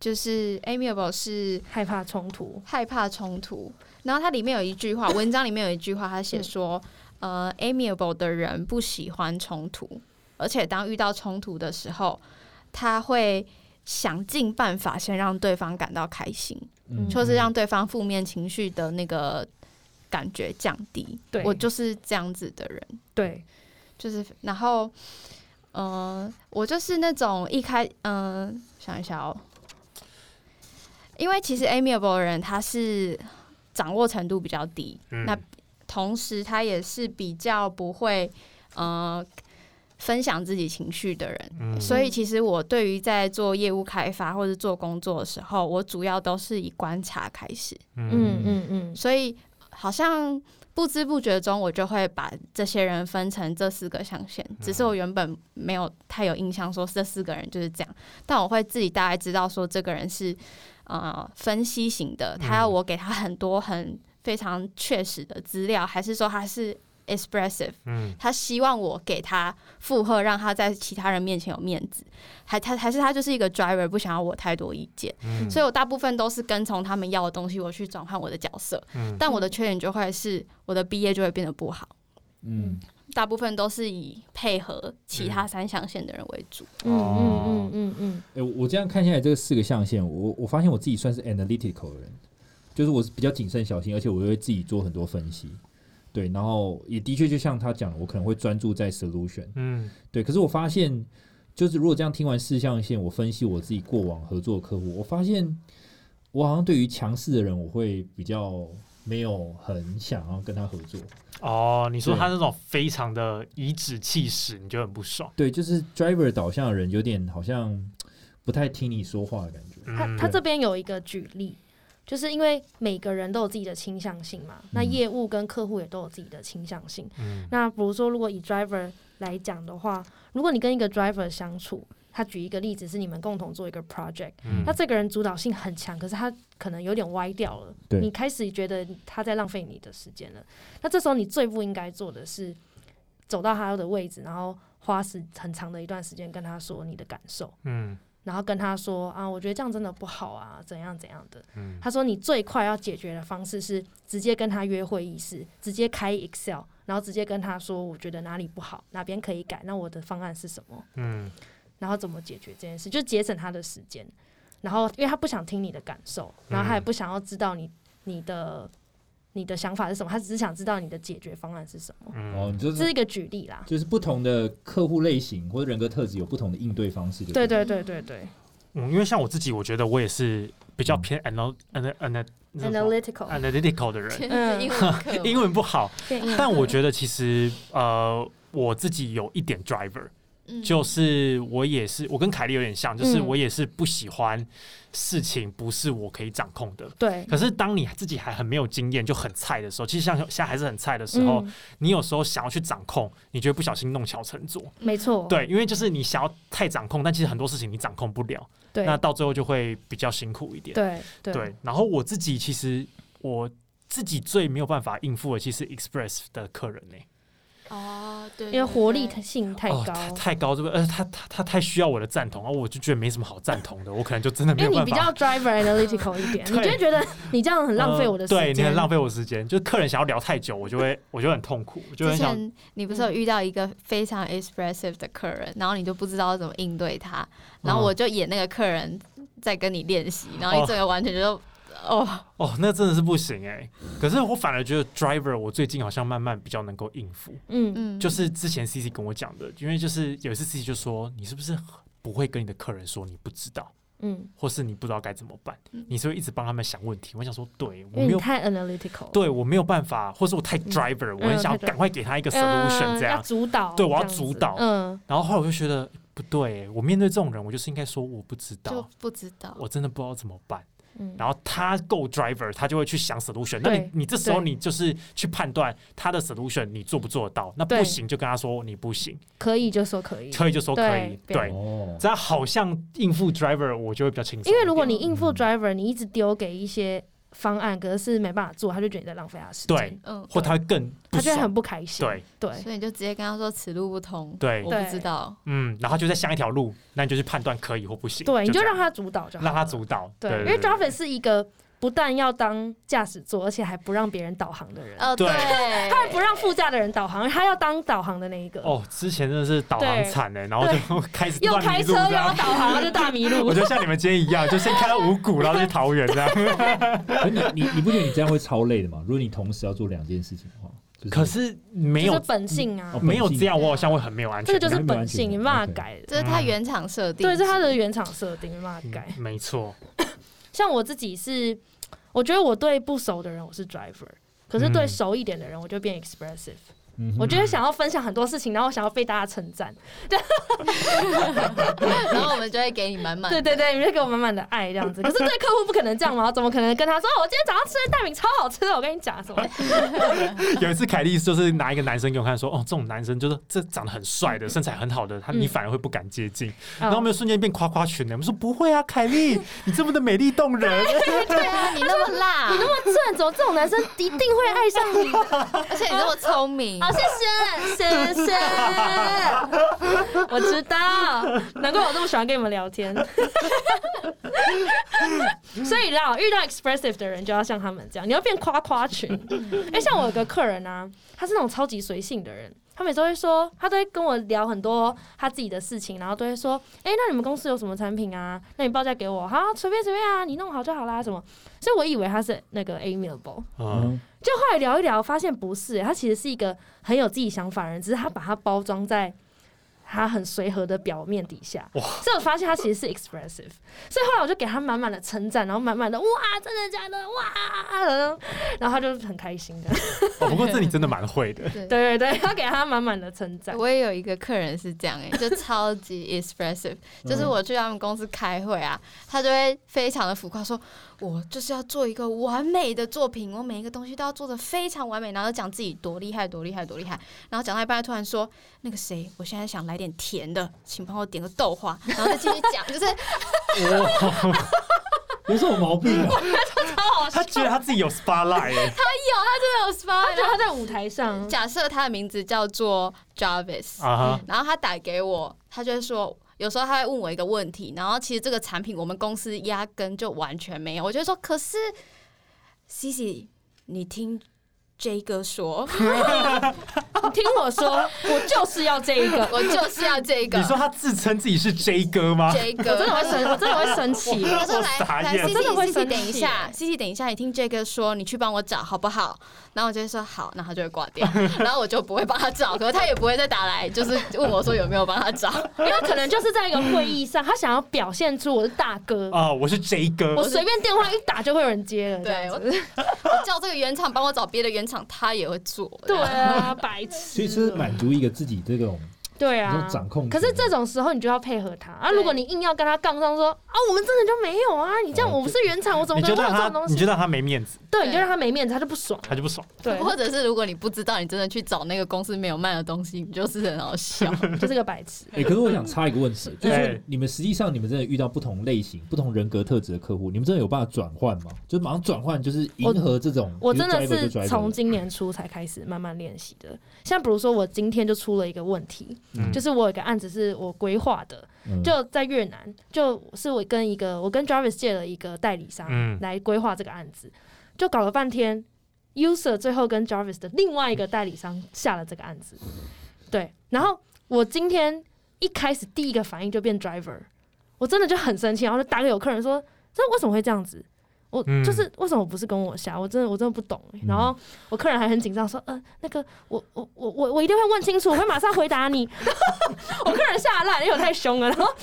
S1: 就是 amiable 是
S3: 害怕冲突，
S1: 害怕冲突。然后它里面有一句话，文章里面有一句话，他写说，呃，amiable 的人不喜欢冲突，而且当遇到冲突的时候，他会想尽办法先让对方感到开心，
S4: 嗯
S1: 就是让对方负面情绪的那个感觉降低。
S3: 对
S1: 我就是这样子的人。
S3: 对，
S1: 就是然后，嗯、我就是那种一开，嗯、想一下哦，因为其实 amiable 的人他是掌握程度比较低，
S2: 嗯
S1: 那同时他也是比较不会呃分享自己情绪的人。
S2: 嗯
S1: 所以其实我对于在做业务开发或者做工作的时候，我主要都是以观察开始，
S2: 嗯
S3: 嗯嗯嗯，
S1: 所以好像不知不觉中，我就会把这些人分成这四个象限。只是我原本没有太有印象，说这四个人就是这样，但我会自己大概知道说这个人是呃分析型的，他要我给他很多很非常确实的资料，还是说他是 expressive？
S2: 嗯
S1: 他希望我给他附和，让他在其他人面前有面子，还他还是他就是一个 driver，不想要我太多意见，
S2: 嗯
S1: 所以我大部分都是跟从他们要的东西，我去转换我的角色。
S2: 嗯
S1: 但我的缺点就会是我的毕业就会变得不好，
S4: 嗯，
S1: 大部分都是以配合其
S2: 嗯
S1: 他三象限的人为主。
S3: 嗯嗯嗯嗯
S2: 哦
S3: 嗯，
S4: 哎、我我这样看下来，这个四个象限，我我发现我自己算是 analytical 的人，就是我是比较谨慎小心，而且我会自己做很多分析。对，然后也的确就像他讲的，我可能会专注在 solution。
S2: 嗯
S4: 对，可是我发现，就是如果这样听完四象限，我分析我自己过往合作的客户，我发现我好像对于强势的人，我会比较没有很想要跟他合作。
S2: 哦，你说
S4: 对
S2: 他那种非常的颐指气使，你就很不爽。
S4: 对，就是 driver 导向的人，有点好像不太听你说话的感觉。
S3: 他
S2: 嗯
S3: 他这边有一个举例。就是因为每个人都有自己的倾向性嘛，那
S4: 嗯
S3: 业务跟客户也都有自己的倾向性。
S2: 嗯
S3: 那比如说，如果以 driver 来讲的话，如果你跟一个 driver 相处，他举一个例子是你们共同做一个 project，、
S2: 嗯
S3: 那这个人主导性很强，可是他可能有点歪掉了，
S4: 对
S3: 你开始觉得他在浪费你的时间了。那这时候你最不应该做的是走到他的位置，然后花时很长的一段时间跟他说你的感受。
S2: 嗯
S3: 然后跟他说啊，我觉得这样真的不好啊，怎样怎样的。
S2: 嗯
S3: 他说你最快要解决的方式是直接跟他约会议室，直接开 Excel，然后直接跟他说我觉得哪里不好，哪边可以改，那我的方案是什么，
S2: 嗯
S3: 然后怎么解决这件事，就节省他的时间。然后因为他不想听你的感受，然后他也不想要知道你你的你的想法是什么，他只是想知道你的解决方案是什么。
S4: 哦，
S2: 嗯
S4: 你就
S3: 这是
S4: 是
S3: 一个举例啦。
S4: 就是不同的客户类型或者人格特质有不同的应对方式就
S3: 对
S4: 对
S3: 对对对对
S2: 嗯，因为像我自己，我觉得我也是比较偏 anal anal anal 那叫什么
S3: 嗯，analytical，
S2: analytical 的人，
S3: 嗯
S1: 英文 课
S2: 英文不 好，但我觉得其实呃，我自己有一点 driver，就是
S1: 嗯
S2: 我也是我跟凯莉有点像，就是
S3: 嗯
S2: 我也是不喜欢事情不是我可以掌控的。
S3: 对。
S2: 可是当你自己还很没有经验，就很菜的时候，其实像现在还是很菜的时候，
S3: 嗯
S2: 你有时候想要去掌控，你就会不小心弄巧成拙。
S3: 没错，
S2: 对，因为就是你想要太掌控，但其实很多事情你掌控不了，
S3: 对
S2: 那到最后就会比较辛苦一点。
S3: 对对
S2: 对，然后我自己其实我自己最没有办法应付的，其实 Express 的客人呢、
S1: 哦，对，
S3: 因为活力性太
S2: 哦
S3: 高，
S2: 太太高这个，呃，他他他太需要我的赞同，而、哦我就觉得没什么好赞同的，我可能就真 的没
S3: 因
S2: 有
S3: 为
S2: 办
S3: 你比
S2: 法。
S3: 较 driver analytical 一点，
S2: 对
S3: 你就会觉得你这样很浪费我的时
S2: 呃对
S3: 间，
S2: 你很浪费我时间。就是客人想要聊太久，我就会我就很痛苦，我就
S1: 之
S2: 很想
S1: 前你不是有
S3: 嗯
S1: 遇到一个非常 expressive 的客人，然后你就不知道怎么应对他，然后
S2: 嗯
S1: 我就演那个客人在跟你练习，然后你整个完全就哦，
S2: 哦，那真的是不行哎、可是我反而觉得 driver 我最近好像慢慢比较能够应付，
S3: 嗯，
S1: 嗯，
S2: 就是之前 C C 跟我讲的，因为就是有一次 C C 就说你是不是不会跟你的客人说你不知道，
S3: 嗯
S2: 或是你不知道该怎么办，你是会一直帮他们想问题。我想说，对
S3: 嗯，
S2: 我
S3: 因
S2: 没
S3: 为你
S2: 有。
S3: 太 analytical，
S2: 对我没有办法，或是我太 driver，、我很想要
S3: 太 driver
S2: 赶快给他一个
S3: 嗯，
S2: solution 这样。
S3: 要主导，
S2: 对我要
S3: 这样子
S2: 主导
S3: 嗯，
S2: 然后后来我就觉得不对欸，我面对这种人，我就是应该说我不知
S1: 就
S2: 道，
S1: 不知道，
S2: 哦我真的不知道怎么办。
S3: 嗯
S2: 然后他够 driver，他就会去想 solution。那你
S3: 对
S2: 你这时候
S3: 对
S2: 你就是去判断他的 solution 你做不做得到，那不
S3: 对
S2: 行就跟他说你不行，
S3: 可以就说可以，
S2: 可以就说可以，
S3: 对
S2: 对。
S4: 哦，
S2: 这样好像应付 driver 我就会比较轻松一点，
S3: 因为如果你应
S2: 嗯
S3: 付 driver，你一直丢给一些方案，可是没办法做，他就觉得你在浪费他时
S2: 对
S3: 间，
S1: 嗯，
S2: 或他会更不
S3: 他就会
S2: 爽
S3: 很不开心，
S2: 对，
S3: 对
S1: 所以你就直接跟他说此路不通，
S2: 对
S1: 我不知道，
S2: 嗯，然后就在想一条路，那你就去判断可以或不行，
S3: 对，你就
S2: 这样
S3: 让他主导就好了，
S2: 让他主导，
S3: 对，
S2: 对，
S3: 因为
S2: 对
S3: driver 是一个不但要当驾驶座，而且还不让别人导航的人，
S1: 哦，
S2: 对
S3: 他还不让副驾的人导航，他要当导航的那一个。
S2: 哦，之前真的是导航
S3: 对
S2: 惨哎，然后就 开始
S3: 又
S2: 乱
S3: 开
S2: 迷
S3: 车
S2: 路
S3: 又
S2: 这
S3: 要
S2: 样。
S3: 导航，就大迷 路
S2: 我。就像你们今天一样，就先开到五谷，然后 去桃园这样。
S4: 可你你你不觉得你这样会超累的吗？如果你同时要做两件事情的话，就是、
S2: 可是没
S3: 就是
S2: 有
S3: 本性啊
S4: 哦，
S2: 没有这样，我好像会很没有安
S3: 这
S2: 全感。
S3: 个就是本性，你没办法改的。
S1: 这是
S2: 嗯
S1: 他原厂设定，
S3: 对，这是它的原厂设定，没办法改
S2: 嗯。没错，
S3: 像我自己是，我觉得我对不熟的人我是 driver，可是对
S2: 嗯
S3: 熟一点的人我就变 expressive。
S4: 嗯哼
S3: 我觉得想要分享很多事情，然后想要被大家称赞。
S1: 然后我们就会给你满满
S3: 对对对，你们就给我满满的爱这样子。可是对客户不可能这样嘛，怎么可能跟他说哦我今天早上吃的蛋饼超好吃的？我跟你讲什么？
S2: 有一次凯莉就是拿一个男生给我看，说：“哦，这种男生就是这长得很帅的，身材很好的，他你
S3: 嗯
S2: 反而会不敢接近。”然后我
S3: 嗯
S2: 们就瞬间变夸夸群了。我们说：“不会啊，凯莉，你这么的美丽动人。
S1: 对啊，你那么辣，
S3: 你那么正，怎么这种男生一定会爱上你？
S1: 而且你那么聪明
S3: 好、，谢谢，谢谢。我知道，难怪我这么喜欢跟你们聊天。所以啦，遇到 expressive 的人就要像他们这样，你要变夸夸群。哎、像我有个客人啊，他是那种超级随性的人。他每次都会说，他都会跟我聊很多他自己的事情，然后都会说：“哎、那你们公司有什么产品啊？那你报价给我，好，随便随便啊，你弄好就好啦，什么？”所以我以为他是那个 amiable，
S2: 嗯
S4: 嗯
S3: 就后来聊一聊，发现不是、他其实是一个很有自己想法的人，只是他把它包装在他很随和的表面底下。所以我发现他其实是 expressive，所以后来我就给他满满的称赞，然后满满的哇，真的假的哇，然后他就很开心的。
S2: 哦，不过这你真的蛮会的。
S1: 对。
S3: 对对对，他给他满满的称赞。
S1: 我也有一个客人是这样 哎、就超级 expressive，就是我去他们公司开会啊，他就会非常的浮夸说，我就是要做一个完美的作品，我每一个东西都要做的非常完美，然后讲自己多厉害多厉害多厉害，然后讲到一半突然说，那个谁，我现在想来点甜的，请帮我点个豆 花，然后再继续讲， 就是
S4: 哇，有什么毛病啊？
S2: 他觉得他自己有 spotlight，
S1: 有
S2: 欸
S1: 他真的有 spy，
S3: 他觉得他在舞台 上，
S1: 假设他的名字叫做 Jarvis，、
S2: 啊哈，
S1: 然后他打给我，他就会说，有时候他会问我一个问题，然后其实这个产品我们公司压根就完全没有，我就会说，可是 c c 你听 J 哥 说，
S3: 你听我说，我就是要这一个。
S1: 我就是要这个
S2: 你说他啊自称自己是 J 哥吗？
S1: J
S3: 我
S1: 哥
S3: 真。的会生，我真的会生气。
S1: 他说
S2: 我
S1: 来
S2: 傻
S1: 来
S2: 眼
S1: ，C
S3: 真的
S1: C
S3: 会
S1: C
S3: 生
S1: C，
S3: 气
S1: 等一下，C C 等一下，你听 J 哥说，你去帮我找好不好？然后我就会说好，然后他就会挂掉， 然后我就不会帮他找，可是他也不会再打来，就是问我说有没有帮他找。
S3: 因为他可能就是在一个会议上，他想要表现出我是大哥，
S2: 啊，我是 J 哥
S3: 我。随便电话一打就会有人接了。
S1: 对我，我叫这个原厂帮我找别的原厂，他也会做。
S3: 对啊，白痴。
S4: 所以是满足一个自己这种
S3: 对
S4: 这
S3: 啊
S4: 种，掌控。
S3: 可是这种时候你就要配合他啊！
S1: 对
S3: 如果你硬要跟他杠上说啊，我们真的就没有啊，你这样
S4: 哦
S3: 我不是原厂，我怎么
S2: 你
S3: 可
S2: 就
S3: 能会有
S2: 让
S3: 这种
S2: 他，
S3: 东
S2: 你就
S3: 西？
S2: 让他没面子，
S3: 对，你就让他没面子，他就不爽。
S2: 他就不爽。
S3: 对，
S1: 或者是如果你不知道，你真的去找那个公司没有卖的东西，你就是很好 笑。
S3: 就是个白痴。
S4: 哎、可是我想插一个问题，就是
S2: 哎
S4: 说你们实际上你们真的遇到不同类型、不同人格特质的客户，你们真的有办法转换吗？就马上转换，就是迎合这种。
S3: 我真的
S4: 比如 driver
S3: 是
S4: 就 driver
S3: 从今年初才开始慢慢练习的。像比如说，我今天就出了一个问题，
S2: 嗯
S3: 就是我有一个案子是我规划的，
S4: 嗯
S3: 就在越南，就是我跟一个我跟 Jarvis 借了一个代理商
S2: 嗯
S3: 来规划这个案子，就搞了半天，user 最后跟 Jarvis 的另外一个代理商下了这个案子，对，然后我今天一开始第一个反应就变 driver，我真的就很生气，然后就打给有客人说，这为什么会这样子？我
S2: 嗯
S3: 就是为什么不是跟我下？我真的我真的不懂、欸然后我客人还很紧张说，呃，那个我我我我我一定会问清楚，我会马上回答你。 我客人吓烂，因为我太凶了，然 后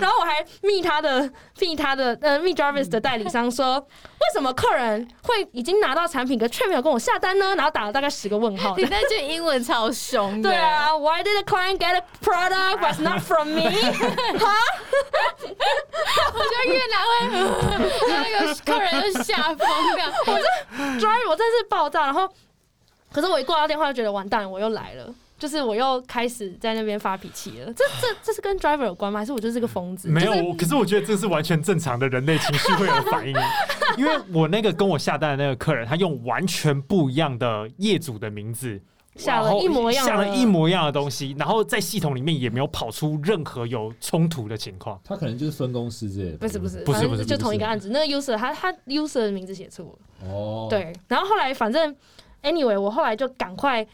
S3: 然后我还密他的密他的呃密 Jarvis 的代理商说，为什么客人会已经拿到产品，可却没有跟我下单呢？然后打了大概十个问号
S1: 你。那句英文超凶的，
S3: 对，啊，Why did the client get a product but not from me？
S1: 我觉得越南会 那个客人就吓疯了。
S3: drive 我真是爆炸，然后可是我一挂到电话就觉得完蛋，我又来了。就是我又开始在那边发脾气了，这这这是跟 driver 有关吗？还是我就是个疯子？
S2: 没有
S3: 就是，
S2: 我可是我觉得这是完全正常的人类情绪会有反应，因为我那个跟我下单的那个客人，他用完全不一样的业主的名字。
S3: 下了
S2: 然后
S3: 一模一样的
S2: 下了一模一样的东西，然后在系统里面也没有跑出任何有冲突的情况。
S4: 他可能就是分公司之类的。
S3: 不是不是，
S2: 不是
S3: 反正
S2: 不是
S3: 就
S4: 不是
S3: 同一个案子。那个 user 他他 user 的名字写错了。
S4: 哦，，
S3: 对，然后后来反正 anyway，我后来就赶快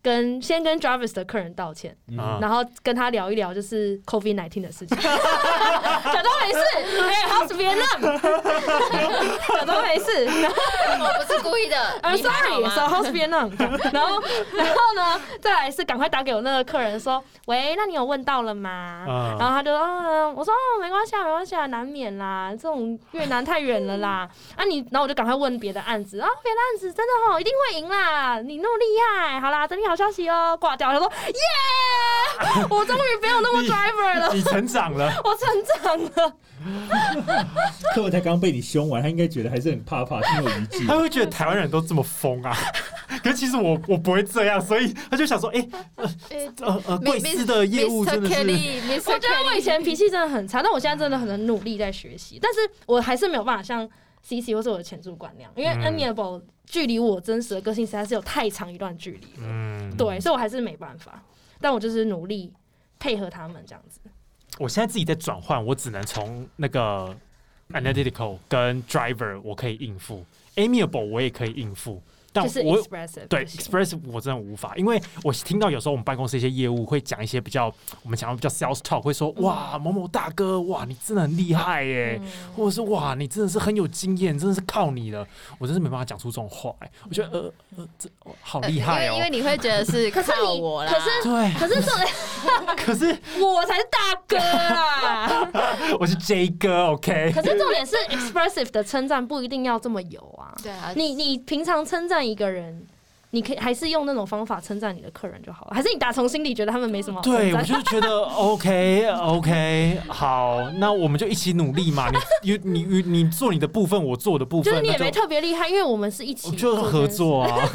S3: 跟先跟 Jarvis 的客人道歉，
S2: 啊
S3: 然后跟他聊一聊就是 COVID nineteen 的事情，假装没事，哎、h o w s Vietnam？ 假装没事，
S1: 我不是故意的
S3: I'm
S1: 你还好
S3: 呃 sorry,
S1: 吗
S3: so how's Vietnam？这样然后，然后呢，再来是赶快打给我那个客人说，喂，那你有问到了吗？
S2: 嗯
S3: 然后他就，嗯，我说哦，没关系啊，没关系啊，难免啦，这种越南太远 了啦。啊你，然后我就赶快问别的案子，啊，别的案子真的哦，一定会赢啦，你那么厉害，好啦，等你好消息哦。挂掉，他说，耶，我终于不用那么 driver 了，
S2: 你成长 了，
S3: 我成长了。
S4: 客户才刚被你凶完，他应该觉得还是很怕怕，心有 余悸。
S2: 他会觉得台湾人都这么疯啊。可是其实我我不会这样，所以他就想说，哎、呃呃，贵司的业务真的是，
S3: 我觉得我以前脾气真的很差，但我现在真的很努力在学习，但是我还是没有办法像 C C 或是我的前主管那样，因为
S2: 嗯
S3: Aniable 距离我真实的个性实在是有太长一段距离了，
S2: 嗯，
S3: 对，所以我还是没办法，但我就是努力配合他们这样子。
S2: 我现在自己在转换，我只能从那个 analytical 跟 driver 我可以应付，amiable 我也可以应付，但
S3: 就是
S2: 我
S3: expressive
S2: 对
S3: 不行
S2: express 我真的无法，因为我听到有时候我们办公室一些业务会讲一些比较我们讲到比较 sales talk，会说
S3: 嗯
S2: 哇某某大哥哇你真的很厉害耶，或者是哇你真的是很有经验，真的是靠你了，我真是没办法讲出这种话哎，我觉得呃呃这哦好厉害
S1: 因为因为
S2: 哦，
S1: 你会觉得是
S3: 可是
S1: 靠
S3: 你
S1: 我啦，
S3: 可是
S2: 对，
S3: 可是这种
S2: 可是
S3: 我才是大哥啊啦！
S2: 我是 J 哥 OK，
S3: 可是重点是 expressive 的称赞不一定要这么油啊。
S1: 对啊，
S3: 你你平常称赞一个人，你可以还是用那种方法称赞你的客人就好了，还是你打从心里觉得他们没什么好称
S2: 对，我
S3: 赞？
S2: 就是觉 得 OK OK，好，那我们就一起努力嘛。你你你你做你的部分，我做我的部分，
S3: 就是你也
S2: 那
S3: 没特别厉害，因为我们是一起
S2: 我就是合作 啊。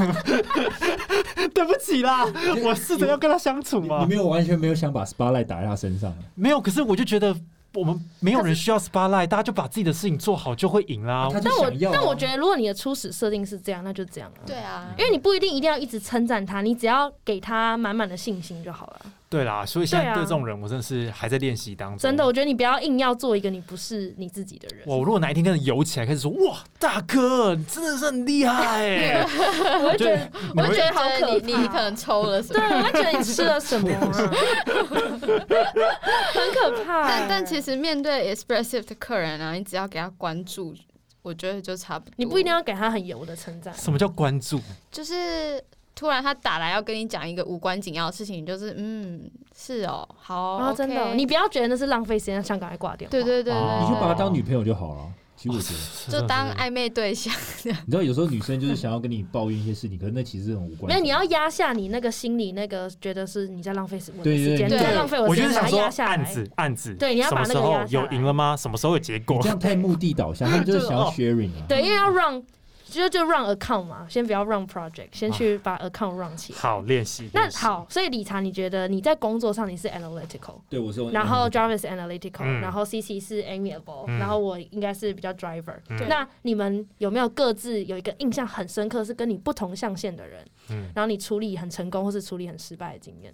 S2: 对不起啦，我试着要跟他相处
S4: 你
S2: 嘛
S4: 你没。有完全没有想把 spotlight 打在他身上，
S2: 没有，可是我就觉得我们没有人需要 spotlight，大家就把自己的事情做好就会赢啦。
S4: 他就
S3: 但我
S4: 想要啊。
S3: 但我觉得，如果你的初始设定是这样，那就这样啊。
S1: 对啊，
S3: 因为你不一定一定要一直称赞他，你只要给他满满的信心就好了。
S2: 对啦，所以现在
S3: 对啊
S2: 对这种人，我真的是还在练习当中。
S3: 真的，我觉得你不要硬要做一个你不是你自己的人。
S2: 我如果哪一天跟人游起来，开始说哇，大哥，你真的是很厉害、欸，
S3: 我会觉得，
S2: 你
S3: 我
S2: 会
S3: 会觉得好可怕。
S1: 你你可能抽了什
S3: 对，
S1: 么。
S3: 我会觉得你吃了什 么、啊，很啊可怕、
S1: 但但其
S3: 实
S1: 实面对 expressive 的客人啊，你只要给他关注，我觉得就差不多。
S3: 你不一定要给他很油的称赞。
S2: 什么叫关注？
S1: 就是突然他打来要跟你讲一个无关紧要的事情，你就是嗯是哦，好
S3: 然后真的哦，
S1: OK
S3: 你不要觉得那是浪费时间，想赶快挂掉。
S1: 对对对对
S2: 哦
S4: 你就把她
S1: 对，
S4: 当女朋友就好了。其实我觉 得，
S1: 就当暧昧对象。
S4: 你知道有时候女生就是想要跟你抱怨一些事情，可是那其实很无关。
S3: 没有，你要压下你那个心里那个觉得是你在浪费时我的
S4: 对对
S3: 时间，
S4: 对
S3: 你在浪费我
S2: 我
S3: 的时
S2: 就
S3: 间，
S2: 是
S3: 把
S2: 想
S3: 它
S2: 说
S3: 压下
S2: 案
S3: 来。
S2: 子案子，
S3: 对你要
S2: 什
S3: 把
S2: 么
S3: 那个
S2: 时候
S3: 压下
S2: 有
S3: 来
S2: 赢了吗？什么时候有结果
S4: 这？样太目的导向，他们就是想要
S2: 就是哦
S4: sharing 啊。
S3: 对，因为要让就就让 account 嘛，先不要让 project，先去把 account 让起 来。
S2: 好练习。
S3: 那
S2: 练习，
S3: 好，所以理查，你觉得你在工作上你是 analytical，
S4: 对，我
S1: 嗯
S4: 是用。
S3: 然后 Jarvis analytical，、
S2: 嗯
S3: 然后 CC 是 amiable，、
S2: 嗯
S3: 然后我应该是比较 driver、
S2: 嗯对
S3: 那你们有没有各自有一个印象很深刻，是跟你不同象限的人，
S2: 嗯
S3: 然后你处理很成功或是处理很失败的经验？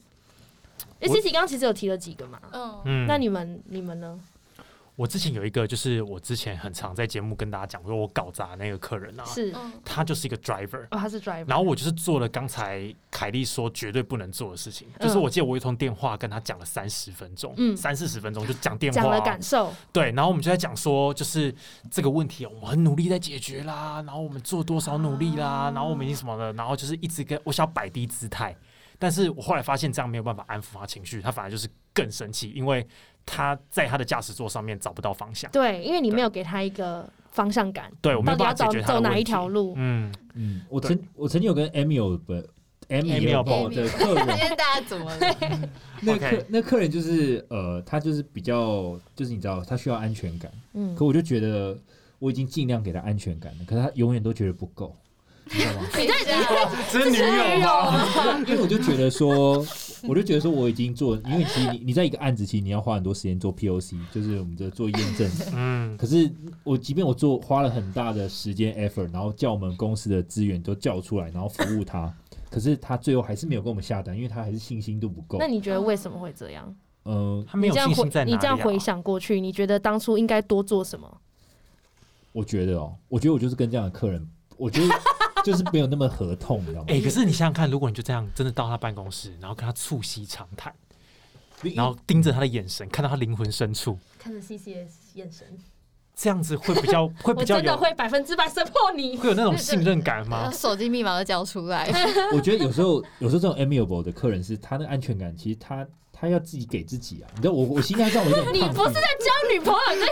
S3: 诶
S2: 我
S3: c c 刚刚其实有提了几个嘛，
S1: 嗯，
S2: 嗯
S3: 那你们你们呢？
S2: 我之前有一个，就是我之前很常在节目跟大家讲，说我搞砸那个客人啊，
S3: 是哦，
S1: 嗯
S2: 他就是一个 driver。
S3: 他是 driver，
S2: 然后我就是做了刚才凯莉说绝对不能做的事情，
S3: 嗯
S2: 就是我记得我有一通电话跟他讲了三十分钟，
S3: 嗯
S2: 三四十分钟就讲电话
S3: 讲
S2: 哦、
S3: 了感受，
S2: 对，然后我们就在讲说，就是这个问题，我们很努力在解决啦，然后我们做多少努力啦，然后我们已经什么了，然后就是一直跟我想要摆低姿态，但是我后来发现这样没有办法安抚他情绪，他反而就是更生气，因为他在他的驾驶座上面找不到方向，
S3: 对，因为你
S2: 对
S3: 没有给他一个方向感，
S2: 对我没
S3: 到
S2: 有
S3: 底要
S2: 办法
S3: 走
S2: 解决他
S3: 走
S2: 的
S3: 哪
S2: 问
S3: 一
S2: 题。
S3: 条路？
S2: 嗯，
S4: 嗯，我曾我曾经有跟 Amy 有本 Amy 有
S2: Amiable
S4: 的客 人
S1: 今，天大家怎么 了？
S4: 那
S2: OK
S4: 客那客人就是呃，他就是比较就是你知道，他需要安全感，
S3: 嗯
S4: 可，我就觉得我已经尽量给他安全感了，可是他永远都觉得不够，你知道吗？
S1: 你在
S2: 这是女友吗？
S4: 因为我就觉得说，我就觉得说我已经做，因为其实你你在一个案子，其实你要花很多时间做 POC，就是我们这做验证。
S2: 嗯，
S4: 可是我即便我做花了很大的时间 effort，然后叫我们公司的资源都叫出来，然后服务他，可是他最后还是没有跟我们下单，因为他还是信心度不够
S3: 那。你觉得为什么会这样？
S4: 嗯，
S2: 他没有
S3: 你这
S2: 信
S3: 样
S2: 心在哪
S3: 回
S2: 里、
S3: 你
S2: 啊？
S3: 这样回想过去，你觉得当初应该多做什么？
S4: 我觉得哦，我觉得我就是跟这样的客人，我觉得就是没有那么合痛，你知道吗
S2: 哎、？可是你想想看，如果你就这样真的到他办公室，然后跟他促膝长谈，然后盯着他的眼神，看到他灵魂深处，
S3: 看着 C C 的眼神，
S2: 这样子会比 较会
S3: 我
S2: 比较
S3: 真的
S2: 有
S3: 会百分之百 support 你。
S2: 会有那种信任感吗？
S1: 手机密码都交出来，
S4: 我觉得有时候，有时候这种 amiable 的客人是他的安全感，其实他他要自己给自己啊。你知道我我心态上我有点
S3: 你
S4: 抗拒
S3: 不是在交女朋友，你在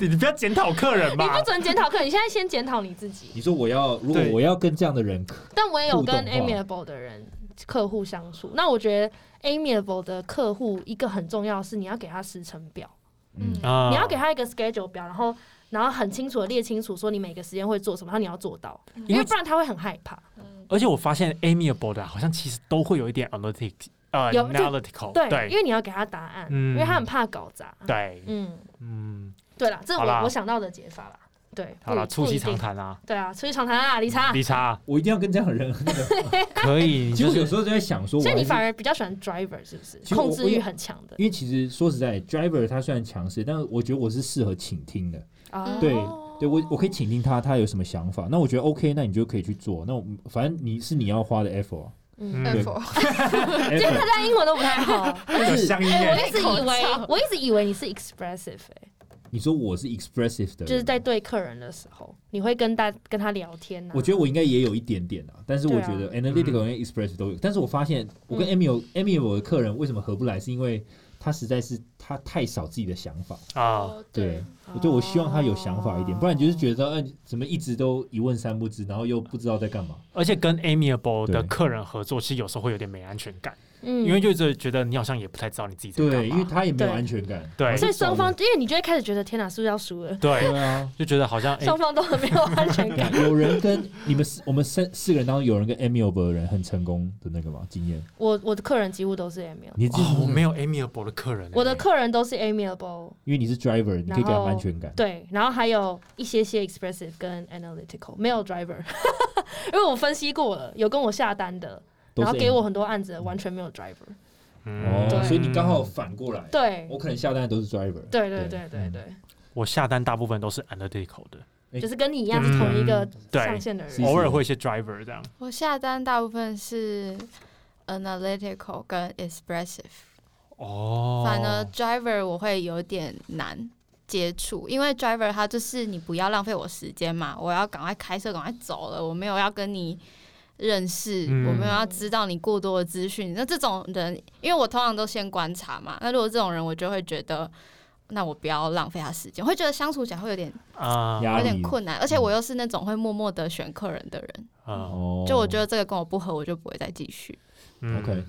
S2: 你你不要检讨客人
S3: 你
S2: 嘛
S3: 不，准检讨客人，你现在先检讨你自己。
S4: 你说我要如果
S2: 对
S4: 我要跟这样的人，
S3: 但我也有跟
S4: 互动化
S3: amiable 的人客户相处，那我觉得 amiable 的客户一个很重要的是你要给他时程表，
S4: 嗯，
S2: 啊
S3: 你要给他一个 schedule 表，然后然后很清楚的列清楚说你每个时间会做什么，然后你要做到，因为不然他会很害怕。
S2: 而且我发现 amiable 的好像其实都会有一点 analytic 呃
S3: 有对
S2: analytical
S3: 对，因
S2: 对
S3: 为你要给他答案，
S2: 嗯
S3: 因为他很怕搞砸。
S2: 对
S3: 嗯，
S2: 嗯，
S3: 对啦，这是
S2: 好啦
S3: 我我想到的解法啦。对，
S2: 好了，
S3: 不
S2: 促
S3: 不
S2: 膝
S3: 一定
S2: 长谈啊，
S3: 对啊，促膝长谈啊，理查。
S2: 理查
S4: 我一定要跟这样的人。
S2: 可以，你
S4: 其
S2: 就
S4: 实我有
S2: 是
S4: 时候就在想说，我
S3: 所以
S4: 还
S3: 你
S4: 是
S3: 反而比较喜欢 driver 是不是
S4: 其？实我
S3: 控制欲很强的
S4: 因为其实说实在，driver 他虽然强势，但是我觉得我是适合倾听的。
S3: 啊
S2: 哦
S1: 嗯
S4: 对，对我我可以倾听他，他有什么想法，那我觉得 OK，那你就可以去做。那我反正你是你要花的 effort，啊
S3: 嗯，
S2: 嗯
S3: 今天
S4: effort
S3: 大家英文都不太 好。
S2: 有乡音
S3: 我
S2: 哎，
S3: 一直以为，我一直以为你是 expressive，、欸、
S4: 你说我是 expressive 的人，
S3: 就是在对客人的时候，你会跟大跟他聊天啊呐、
S4: 嗯我觉得我应该也有一点点啊，但是我
S3: 对啊嗯
S4: 觉
S2: 嗯
S4: 得 analytical 跟 expressive 都有。但是我发现我跟 amiable amiable 的客人为什么合不来，是因为他实在是他太少自己的想法。
S2: 啊，
S4: 哦
S3: 哦
S4: 对，我对我希望他
S2: 哦
S4: 有想法一点，不然你就是觉得，嗯、怎么一直都一问三不知，然后又不知道在干嘛。
S2: 而且跟 amiable 的
S4: 对
S2: 客人合作，其实有时候会有点没安全感，
S3: 嗯
S2: 因为就是觉得你好像也不太知道你自己在干
S4: 对，因为
S2: 嘛，
S4: 他也没有
S3: 对
S4: 安全感。
S2: 对
S3: 所以双方，因为你就会开始觉得天哪，是不是要输了？
S2: 对，
S4: 对啊，
S2: 就觉得好像哎
S3: 双方都很没有安 全
S2: 啊
S3: 感。
S4: 有人跟你们四我们三四个人当中有人跟 amiable 的人很成功的那个吗？经验？
S3: 我我的客人几乎都是 amiable，
S4: 你自己
S2: 哦，我没有 amiable 的客人，
S3: 我的
S2: 哎
S3: 客人都是 amiable，
S4: 因为你是 driver，你可以给他们安全感。
S3: 对，然后还有一些些 expressive 跟 analytical，没有 driver，因 为我分析过了，有跟我下单的，
S4: 都
S3: 然
S4: 是
S3: 后给我很多案子，完全没有 driver。
S2: 嗯
S4: 哦，
S3: 对
S4: 所以你刚好反过来。
S3: 对，
S2: 哦
S4: 我可能下单的都是 driver。
S3: 对对对
S4: 嗯
S3: 对对。
S2: 我下单大部分都是 analytical 的，
S3: 就是跟你一样是同一个上线的
S4: 嗯
S3: 人。
S2: 偶尔会一些 driver 这样。
S1: 我下单大部分是 analytical 跟 expressive，、
S2: 哦，
S1: 反而 driver 我会有点难。接触，因为 driver 他就是你不要浪费我时间嘛，我要赶快开车，赶快走了，我没有要跟你认识，
S2: 嗯
S1: 我没有要知道你过多的资讯。那这种人，因为我通常都先观察嘛，那如果这种人，我就会觉得，那我不要浪费他时间，会觉得相处起来会有点
S2: 啊
S4: 压
S1: 有
S4: 力
S1: 点困难，而且我又是那种会默默的选客人的人，
S2: 啊
S4: 哦，
S1: 就我觉得这个跟我不合，我就不会再继续。
S2: 嗯
S4: OK，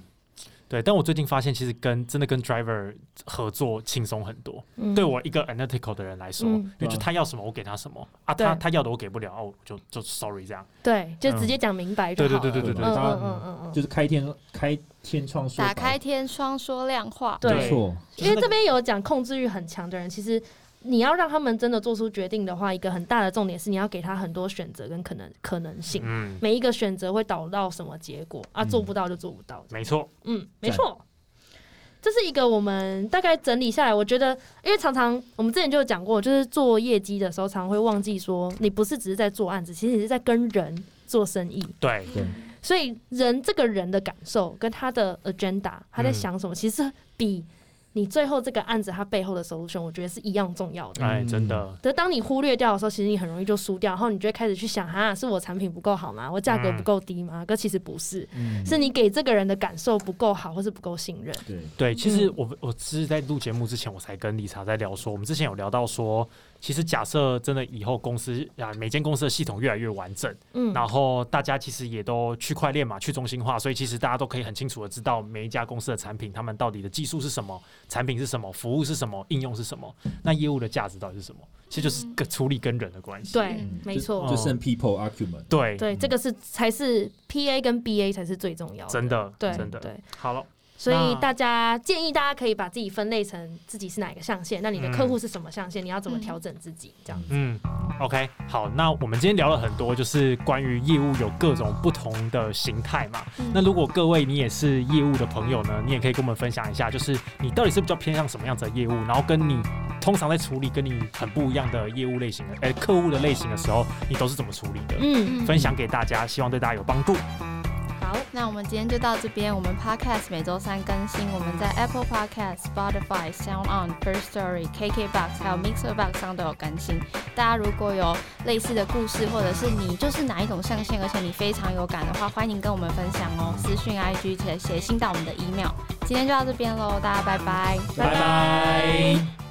S2: 对，但我最近发现，其实跟真的跟 driver 合作轻松很多。
S3: 嗯
S2: 对我一个 analytical 的人来说，
S3: 嗯
S2: 因为就
S4: 对啊
S2: 他要什么我给他什么啊，
S3: 对
S2: 他他要的我给不了，哦，我就就 sorry 这样。
S3: 对，就直接讲明白就
S2: 嗯对
S3: 好
S2: 对
S3: 了。
S2: 对对对
S3: 嗯
S2: 对
S4: 嗯
S2: 对，
S3: 嗯嗯嗯嗯
S4: 就是开天开天窗说
S1: 打
S4: 白
S1: 开天窗说亮话，
S3: 对
S4: 没错，
S2: 就是
S3: 因为
S2: 那
S3: 这边有讲控制欲很强的人，其实你要让他们真的做出决定的话，一个很大的重点是你要给他很多选择跟可能可能性，
S2: 嗯，
S3: 每一个选择会导到什么结果啊？
S4: 嗯
S3: 做不到就做不到。
S2: 没错，
S3: 嗯，没错。这是一个我们大概整理下来，我觉得，因为常常我们之前就有讲过，就是做业绩的时候，常会忘记说，你不是只是在做案子，其实你是在跟人做生意。
S2: 对，
S4: 对，
S3: 所以人这个人的感受跟他的 agenda，他在想什么，其实比你最后这个案子他背后的 solution，我觉得是一样重要的。
S2: 哎，
S4: 嗯
S2: 真的，
S3: 可是当你忽略掉的时候，其实你很容易就输掉，然后你就会开始去想，哈，是我产品不够好吗？我价格不够低吗？可其实不是，
S4: 嗯
S3: 是你给这个人的感受不够好，或是不够信任。
S4: 对，
S2: 对，其
S3: 嗯
S2: 实我我只是在录节目之前，我才跟理查在聊说，我们之前有聊到说，其实假设真的以后公司啊，每间公司的系统越来越完整，
S3: 嗯，
S2: 然后大家其实也都区块链嘛，去中心化，所以其实大家都可以很清楚的知道每一家公司的产品，他们到底的技术是什么，产品是什么，服务是什么，应用是什么，那业务的价值到底是什么？其实就是跟处理跟人的关系。
S3: 对
S1: 嗯，
S3: 没错
S2: 哦
S4: 就，剩 people argument。
S2: 对
S3: 对，这个是才是 PA 跟 BA 才是最重要的。
S2: 真的，
S3: 对
S2: 真的。
S3: 对，
S2: 好了，
S3: 所以
S2: 那
S3: 大家建议大家可以把自己分类成自己是哪一个象限，那你的客户是什么象限，你要怎么调整自己，这样。
S2: 嗯，OK，好，那我们今天聊了很多，就是关于业务有各种不同的形态嘛。
S1: 嗯
S2: 那如果各位你也是业务的朋友呢，你也可以跟我们分享一下，就是你到底是比较偏向什么样子的业务，然后跟你通常在处理跟你很不一样的业务类型的，哎、客户的类型的时候，你都是怎么处理的？
S3: 嗯，
S1: 嗯
S2: 分享给大家，希望对大家有帮助。
S3: 好，
S1: 那我们今天就到这边。我们 Podcast 每周三更新，我们在 Apple Podcast、Spotify、Sound On、First Story、KKBox 还有 Mixer Box 上都有更新。大家如果有类似的故事，或者是你就是哪一种象限，而且你非常有感的话，欢迎跟我们分享哦。私讯 IG 且写信到我们的 email。今天就到这边喽，大家拜拜。
S4: 拜拜